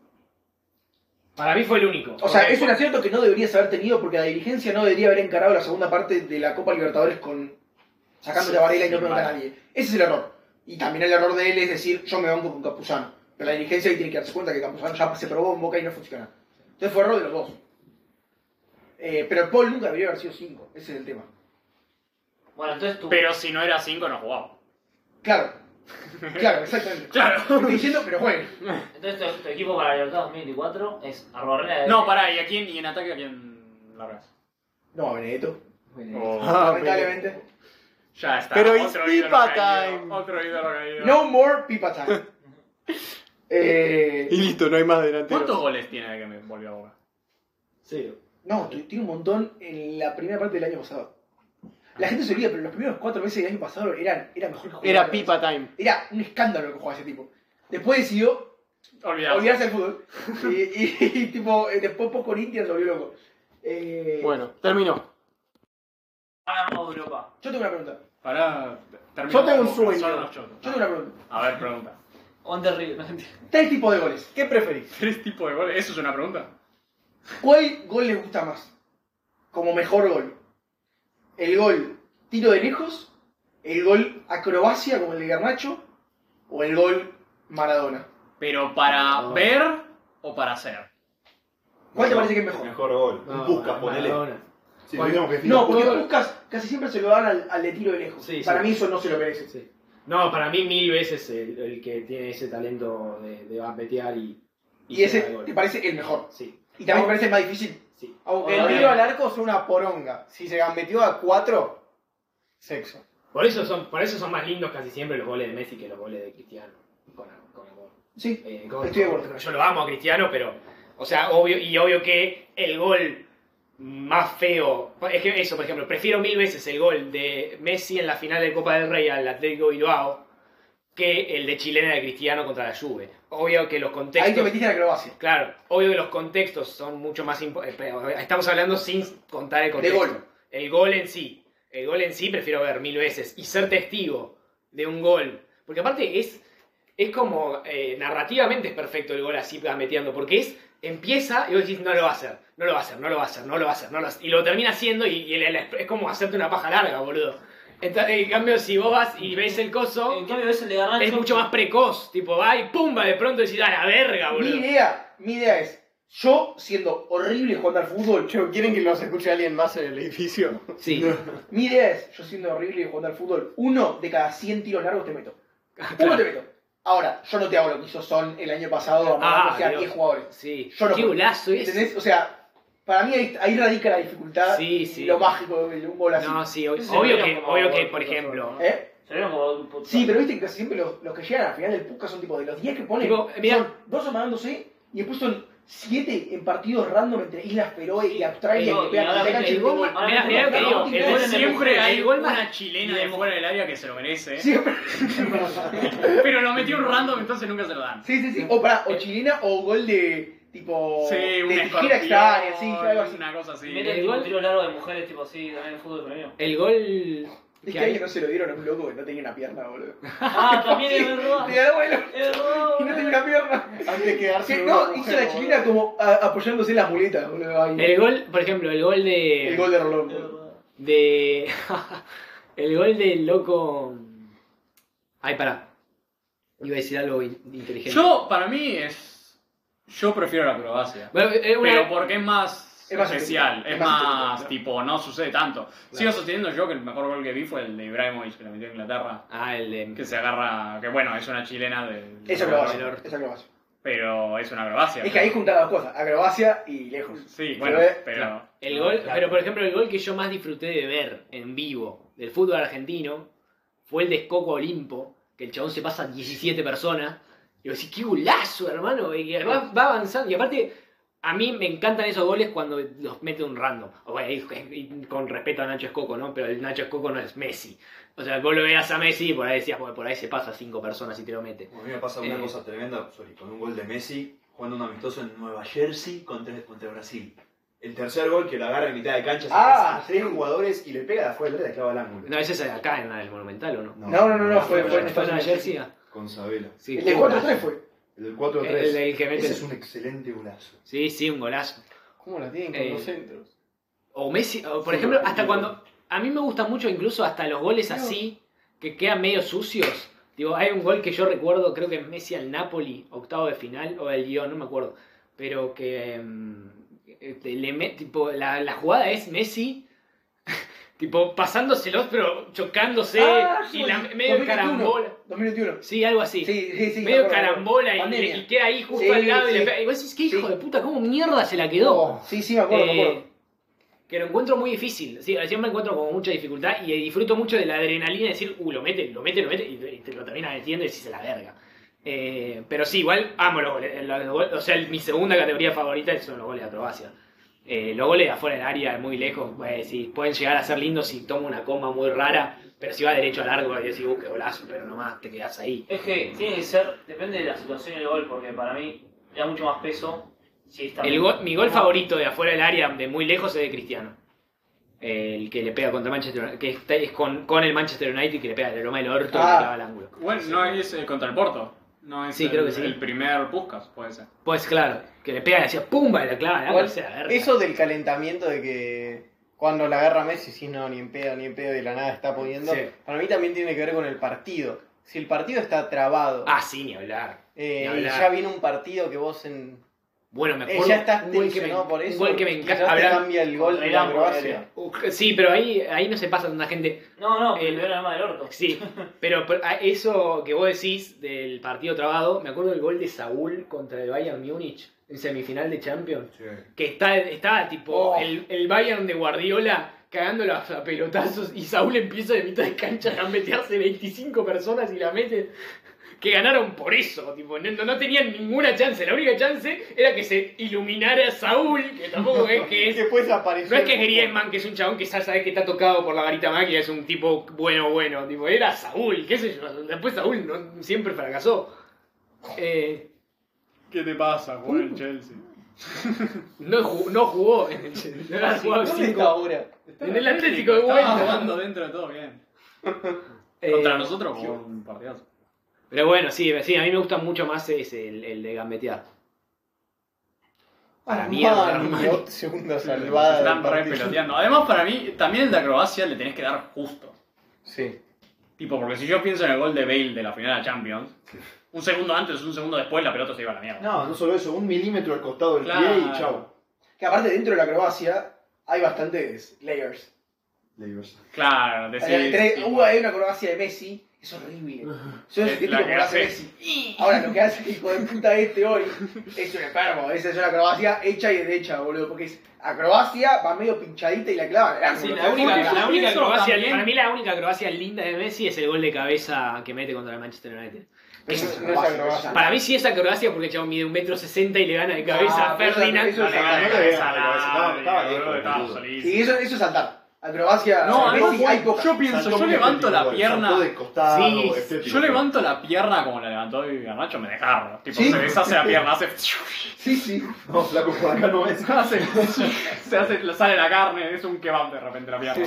S1: Para mí fue el único.
S3: O sea,
S1: Porque-
S3: es un acierto que no deberías haber tenido porque la dirigencia no debería haber encarado la segunda parte de la Copa Libertadores con sacándole a Varela y no
S7: sí,
S3: preguntar a
S7: vale.
S3: nadie. Ese es el error. Y también el error de él es decir, yo me banco con Campuzano. Pero la dirigencia ahí tiene que darse cuenta que Campuzano ya se probó en Boca y no funciona. Entonces fue error de los dos. Eh, pero Paul nunca debería haber sido 5. Ese es el tema.
S4: Bueno, entonces tú.
S7: Pero si no era 5, no jugaba.
S3: Claro, Claro, exactamente.
S7: Claro.
S3: Estoy diciendo, pero jueguen.
S4: Entonces tu, tu equipo para la Libertad 2024 es Arborrea de...
S7: No, pará, ¿y a quién? ¿Y en ataque a quién largas?
S3: No, Benedetto.
S1: Lamentablemente.
S3: Lamentablemente.
S7: Ya está.
S6: Pero it's
S7: otro ídolo
S6: pipa
S7: caído,
S6: time.
S7: Otro ídolo caído.
S3: No more pipa time.
S6: Y
S3: eh,
S6: listo, no hay más delanteros.
S7: ¿Cuántos goles tiene que me volvió a Boca?
S14: Cero.
S3: no, t- tiene un montón en la primera parte del año pasado. La gente se olvida, pero los primeros cuatro meses del año pasado eran, era mejor que jugar.
S6: Era pipa time.
S3: Era un escándalo que jugaba ese tipo. Después decidió
S7: Olvidado.
S3: olvidarse del fútbol. Y, y- y, tipo, eh, después post Corinthians se volvió loco. Eh,
S6: Bueno, terminó.
S4: Ah, no, Europa.
S3: Yo tengo una pregunta.
S7: Pará. termino
S3: Yo tengo un
S7: con Boca,
S3: sueño.
S7: son los chotos.
S3: Yo tengo una pregunta.
S7: A ver, pregunta.
S4: Under River, no mentira.
S3: Tres tipos de goles.
S6: ¿Qué preferís?
S7: ¿Tres tipos de goles? ¿Eso es una pregunta?
S3: ¿Cuál gol les gusta más? Como mejor gol. ¿El gol tiro de lejos? ¿El gol acrobacia como el de Garnacho? ¿O el gol Maradona?
S7: ¿Pero para ver o para hacer?
S3: ¿Cuál te parece que es mejor?
S5: Mejor gol.
S1: No,
S5: un busca, ponele.
S1: Maradona.
S5: Si tuviéramos que decir
S3: No,
S5: un
S3: porque
S5: Pucca,
S3: Puskas casi siempre se lo dan al, al de tiro de lejos.
S1: Sí, sí.
S3: Para mí eso no se lo merece.
S1: Sí. No, para mí mil veces el, el que tiene ese talento de, de gambetear y.
S3: Y ese
S1: llegar al gol.
S3: te parece el mejor.
S1: Sí,
S3: Y también te parece el más difícil.
S1: sí.
S6: Aunque el tiro al arco es una poronga. Si se metió a cuatro, sexo.
S1: Por eso, son, por eso son más lindos casi siempre los goles de Messi que los goles de Cristiano. Con, con el gol.
S3: Sí.
S1: Eh, con-
S3: Estoy de acuerdo.
S1: Yo lo amo a Cristiano, pero. O sea, obvio, y obvio que el gol más feo. Es que eso, por ejemplo, prefiero mil veces el gol de Messi en la final de Copa del Rey al Atlético Bilbao que el de chilena de Cristiano contra la Juve. Obvio que los contextos.
S3: Ahí te metiste en acrobacia.
S1: Claro, obvio que los contextos son mucho más importantes. eh, Estamos hablando sin contar el
S3: De
S1: contexto.
S3: gol.
S1: El gol en sí. El gol en sí prefiero ver mil veces. Y ser testigo de un gol. Porque aparte es, es como eh, narrativamente es perfecto el gol así gambeteando. Porque es, empieza y vos decís, no lo va a hacer, no lo va a hacer, no lo va a hacer, no lo va a hacer. No lo va a hacer. Y lo termina haciendo y, y el- el- es como hacerte una paja larga, boludo. Entonces, en cambio, si vos vas y ves el coso,
S4: En cambio ves el de Garnacho.
S1: es mucho más precoz. Tipo, va y pumba, de pronto decís, a la
S6: Ah,
S1: verga,
S3: Mi
S1: boludo.
S3: idea, mi idea es, yo siendo horrible jugando al fútbol, yo-
S6: Che, ¿quieren que los escuche alguien más en el edificio?
S1: Sí.
S3: mi idea es, yo siendo horrible jugando al fútbol, uno de cada 100 tiros largos te meto.
S1: Ah,
S3: Uno te meto. Ahora, yo no te hago lo que hizo Son el año pasado,
S1: Ah,
S3: a sea,
S1: Dios.
S3: 10 jugadores.
S1: Sí.
S3: Yo no
S1: Qué
S3: puedo.
S1: golazo es.
S3: ¿Entendés? O sea, para mí ahí, ahí radica la dificultad
S1: Sí,
S3: y
S1: sí.
S3: lo mágico de un gol así.
S1: No, sí, ob-
S4: Sí,
S1: obvio
S4: pero
S1: que,
S4: como-
S1: obvio que, por ejemplo.
S3: ¿Eh?
S4: Se vieron como puto.
S3: Sí, pero viste que casi siempre los, los que llegan al final del Pucca son tipo de los 10 que ponen,
S1: Tipo, mirá.
S3: son dos amagándose y después son 7 en partidos random entre Islas Feroe y Australia
S4: No,
S3: que
S4: y
S3: pegan
S4: ahora
S3: que pegan
S4: viste, el
S3: chilena.
S4: gol- ahora
S1: Mirá,
S4: viste
S1: mirá lo que
S4: los
S1: digo.
S4: penaltis,
S1: El
S4: gol
S1: gol
S4: en el
S7: siempre
S4: Boca.
S7: hay
S4: El
S7: gol
S4: más-
S7: una chilena de fuera del área que se lo merece.
S3: Siempre.
S7: Pero lo metió un random, entonces nunca se lo dan.
S3: Sí, sí, sí. O para, o chilena o gol de tipo.
S7: Sí,
S3: de
S7: una
S3: tijera extraña, sí, algo así.
S7: una cosa así.
S4: Mete
S1: el
S4: tipo
S1: gol-
S4: tiro largo de mujeres, tipo así, también en fútbol femenino.
S1: El gol.
S3: Es
S1: que
S3: que
S1: hay-
S3: año no se lo dieron a un loco que no tenía una pierna, boludo.
S4: Ah, también es verdad.
S3: Te da vuelo
S4: Es verdad.
S3: y no tenía una pierna.
S6: Antes de quedarse.
S3: Que
S6: con
S3: no,
S6: una
S3: hizo
S6: mujer,
S3: la chilena como a- apoyándose en las muletas, boludo. ahí.
S1: El gol, por ejemplo, el gol de.
S3: El gol de Rolón,
S4: Es
S3: boludo.
S4: verdad.
S1: De. el gol del loco. Ay, pará. Iba a decir algo in- inteligente.
S7: Yo, para mí, es. Yo prefiero la acrobacia.
S1: Bueno, eh, una-
S7: Pero porque es más
S3: Es más
S7: especial,
S3: especial,
S7: es
S3: es más
S7: más
S3: especial.
S7: tipo, no sucede tanto. Sigo sosteniendo yo que el mejor gol que vi fue el de Ibrahimovic que la metió en Inglaterra.
S1: Ah, el de.
S7: Que se agarra, que bueno, es una chilena de.
S3: Esa acrobacia. Esa acrobacia.
S7: Pero es una acrobacia.
S3: Es que ahí juntan las dos cosas, acrobacia y lejos.
S7: Sí, bueno,
S3: Pero, eh,
S7: pero.
S1: El gol, pero por ejemplo, el gol que yo más disfruté de ver en vivo del fútbol argentino fue el de Escoco Olimpo, que el chabón se pasa a 17 personas. Y vos decís, qué golazo, hermano. Y va, va avanzando. Y aparte, a mí me encantan esos goles cuando los mete un random. O bueno, y- y con respeto a Nacho Escoco, ¿no? Pero el Nacho Escoco no es Messi. O sea, vos lo veas a Messi y por ahí decías, bueno, por ahí se pasa a cinco personas y te lo mete.
S5: A mí me pasa una
S1: Eh.
S5: cosa tremenda, sorry, con un gol de Messi jugando un amistoso en Nueva Jersey contra, contra Brasil. El tercer gol que lo agarra en mitad de cancha, se
S3: Ah.
S5: pasa a tres jugadores y le pega de afuera de la clava al ángulo.
S1: No, ese es acá en el Monumental, ¿o no?
S3: No, no, no, no, fue-
S1: ¿Fue
S3: fue
S1: en
S3: Estados
S1: Nueva
S3: Unidos.
S1: Jersey? ah.
S5: Con Sabela.
S1: Sí,
S3: El
S1: qué
S3: de 4-3
S1: golazo.
S3: fue.
S5: El del 4-3.
S1: El, el que mete.
S5: Ese es un excelente golazo.
S1: Sí, sí, un golazo.
S6: ¿Cómo la tienen con
S1: Eh,
S6: los centros?
S1: O Messi, o, por
S5: Sí,
S1: ejemplo,
S5: lo
S1: hasta
S5: entiendo.
S1: cuando. A mí me gusta mucho, incluso hasta los goles así, que quedan medio sucios. Digo, hay un gol que yo recuerdo, creo que es Messi al Napoli, octavo de final, o el guión, no me acuerdo. Pero eh, que. mm, este, le met- tipo, la, la jugada es Messi. Tipo, pasándoselos, pero chocándose
S3: Ah,
S1: y la,
S3: sí,
S1: medio
S3: 2021.
S1: carambola.
S3: 2021
S1: Sí, algo así.
S3: Sí, sí, sí. me
S1: medio
S3: acuerdo.
S1: carambola y,
S3: Pandemia.
S1: y queda ahí justo
S3: Sí,
S1: al lado. Y, le
S3: sí.
S1: pega- y vos decís, ¿qué hijo
S3: Sí.
S1: de puta? ¿Cómo mierda se la quedó?
S3: Sí, sí, me acuerdo, me
S1: Eh,
S3: acuerdo.
S1: que lo encuentro muy difícil. Sí, siempre encuentro con mucha dificultad y disfruto mucho de la adrenalina de decir, uh, lo mete, lo mete, lo mete, y te, y te lo terminas metiendo y decís "A la verga. Eh, pero sí, igual amo los goles. eh, los goles- o sea, el- mi segunda categoría favorita son los goles de acrobacia. Eh, los goles de afuera del área, muy lejos, pues, sí, pueden llegar a ser lindos si toma una coma muy rara, pero si va derecho a largo, y decís, uh, qué golazo, pero nomás te quedás ahí.
S4: Es que tiene que ser, depende de la situación y el gol, porque para mí le da mucho más peso si está.
S1: El gol- mi gol favorito de afuera del área, de muy lejos, es de Cristiano. El que le pega contra Manchester United, que está- es con, con el Manchester United que le pega el aroma del orto y
S3: Ah.
S1: le clava al ángulo.
S7: Bueno, no es eh, contra el Porto. No es
S1: Sí,
S7: el,
S1: creo que sí.
S7: el primer Puskas, puede ser.
S1: Pues claro, que le pega y le hacía pumba y la clava al ángulo.
S6: Igual,
S1: o sea, la verga.
S6: Eso del calentamiento de que cuando la agarra Messi, si no, ni en pedo, ni en pedo, de la nada está poniendo.
S1: Sí.
S6: Para mí también tiene que ver con el partido. Si el partido está trabado
S1: Ah, sí, ni hablar.
S6: eh,
S1: ni
S6: y
S1: hablar.
S6: ya viene un partido que vos en.
S1: Bueno, me
S6: eh,
S1: acuerdo.
S6: ya estás
S1: un gol que me,
S6: tensionado por eso.
S1: un gol que me
S6: quizás
S1: encanta.
S6: te
S1: hablar-
S6: cambia el gol de la Croacia.
S1: Uh, Sí, pero ahí, ahí no se pasa tanta gente.
S4: No, no, que
S1: El-
S4: le veo el alma del orto.
S1: Sí, pero, pero, a eso que vos decís del partido trabado, me acuerdo del gol de Saúl contra el Bayern Múnich en semifinal de Champions. Que está, estaba tipo el, el Bayern de Guardiola cagándolo a a pelotazos y Saúl empieza de mitad de cancha a meterse 25 personas y la mete. Que ganaron por eso, tipo, no, no- no tenían ninguna chance. La única chance era que se iluminara Saúl, que tampoco es que
S6: Y
S1: es
S6: después apareció.
S1: no es que
S6: el-
S1: Griezmann, que es un chabón que ya sabe que está tocado por la varita mágica, es un tipo bueno, bueno. Tipo, era Saúl, qué sé yo. Después Saúl no- siempre fracasó. Eh,
S7: ¿Qué te pasa, jugar en Chelsea?
S1: no, ju- no jugó en el Chelsea. Ha jugado
S6: ¿Dónde
S1: cinco-
S6: está ahora?
S1: En el Atlético de vuelta.
S7: Estaba jugando dentro de todo bien.
S1: Eh,
S7: Contra nosotros jugó un partidazo.
S1: Pero bueno, sí, sí, a mí me gusta mucho más ese, el, el de gambetear. Para
S6: Armani,
S1: mierda, Armani.
S6: ot- Segunda salvada. del
S7: Están re
S6: partido.
S7: peloteando. Además, para mí, también el de acrobacia le tenés que dar justo.
S6: Sí.
S7: Tipo, porque si yo pienso en el gol de Bale de la final de Champions, un segundo antes, un segundo después, la pelota se iba a la mierda.
S5: No, no solo eso, un milímetro al costado del
S7: Claro.
S5: pie y chau.
S3: Que aparte dentro de la acrobacia hay bastantes layers.
S5: Le digo eso.
S7: Claro, decís,
S3: hay, tenés-
S7: tipo,
S3: Eh, hubo- hay una acrobacia de Messi, es horrible. Yo
S7: Es
S3: es típico
S7: la que
S3: como hace
S7: hace.
S3: Messi. Ahora, lo que hace el hijo de puta este hoy es un enfermo. Esa es una acrobacia hecha y derecha, boludo. Porque es acrobacia, va medio pinchadita y la clava en el
S1: Ah,
S3: ángulo.
S1: Sí,
S3: ¿sabes?
S1: la única,
S7: Porque yo
S1: la única
S7: pienso
S1: acrobacia-
S7: también-
S1: para mí la única acrobacia linda de Messi es el gol de cabeza que mete contra el Manchester United.
S6: Pero
S1: Eso
S6: no
S1: es
S6: es acrobacia.
S1: Para mí sí es acrobacia porque el chabón mide un metro sesenta y le gana de cabeza
S3: Ah,
S1: a
S3: pero
S1: Ferdinand.
S3: eso-
S7: No
S3: eso
S7: le gana
S5: no
S7: la
S5: le
S7: cabeza
S5: gana la
S7: a
S5: cabeza,
S7: nadie,
S5: estaba- estaba
S7: boludo,
S5: lejos,
S7: estaba
S5: boludo.
S7: solísimo.
S3: Sí, eso, eso es saltar. Acrobacia
S7: No,
S3: de
S7: además,
S3: Messi hay pocas.
S7: yo pienso,
S5: Saltó
S7: yo
S5: muy
S7: levanto la
S5: estético,
S7: pierna.
S5: saltó de costado,
S1: Sí,
S5: estético.
S7: Yo levanto la pierna como la levantó y Garnacho, me desgarro. Tipo,
S3: Sí.
S7: se deshace la pierna, hace.
S3: Sí, sí.
S5: No, flaco, por acá no es.
S7: hace se hace, sale la carne, es un kebab de repente la pierna.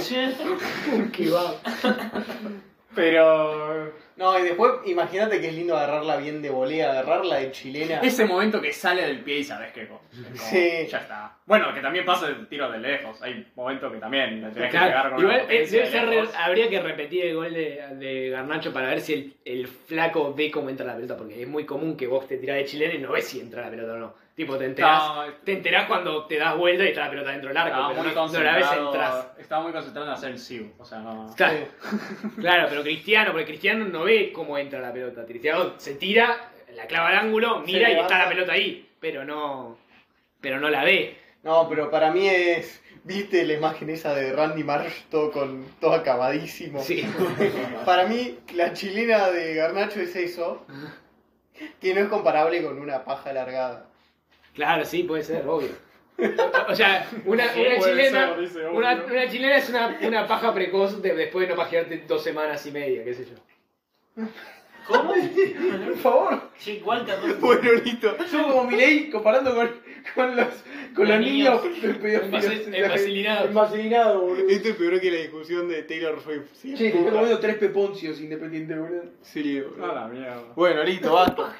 S7: Pero.
S6: No, y después imagínate que es lindo agarrarla bien de volea, agarrarla de chilena.
S7: Ese momento que sale del pie y sabes que. co- es como,
S6: Sí.
S7: Ya está. Bueno, que también pasa el tiro de lejos. Hay momentos que también le tenés que pegar
S1: Claro,
S7: con
S1: igual,
S7: una
S1: eh,
S7: potencia
S1: debe
S7: de
S1: ser re-
S7: lejos.
S1: habría que repetir el gol de, de Garnacho para ver si el, el flaco ve cómo entra la pelota, porque es muy común que vos te tirás de chilena y no ves si entra la pelota o no. Tipo, te enterás,
S7: Estaba-
S1: te enterás cuando te das vuelta y está la pelota dentro del arco,
S7: estaba
S1: pero
S7: muy
S1: no, no la ves entras.
S7: concentrado. Estaba muy concentrado en hacer el SIU. O sea, no.
S1: Claro, claro, pero Cristiano, porque Cristiano no ve cómo entra la pelota. Cristiano se tira, la clava al ángulo, mira y
S6: levanta.
S1: está la pelota ahí, pero no, pero no la ve.
S6: No, pero para mí es. ¿Viste la imagen esa de Randy Marsh todo, con, todo acabadísimo?
S1: Sí.
S6: Para mí, la chilena de Garnacho es eso, que no es comparable con una paja alargada.
S1: Claro, sí, puede ser, obvio. O sea, una,
S7: Sí,
S1: una
S7: puede
S1: chilena,
S7: ser, dice, obvio.
S1: una, una chilena es una, una paja precoz de- después de no pajearte dos semanas y media, qué sé yo.
S4: ¿Cómo?
S3: Por favor.
S4: Che, Walter, no-
S6: Bueno, listo.
S3: Yo como Milei comparando con, con los, con los
S4: Los
S3: niños.
S4: niños.
S1: Envaselinado.
S3: Envaselinado, boludo.
S6: Esto es peor que la discusión de Taylor Swift. Sí,
S3: Che, te estoy comiendo tres peponcios independiente, boludo.
S6: Sí, boludo.
S7: A la mierda.
S6: Bueno, listo, basta.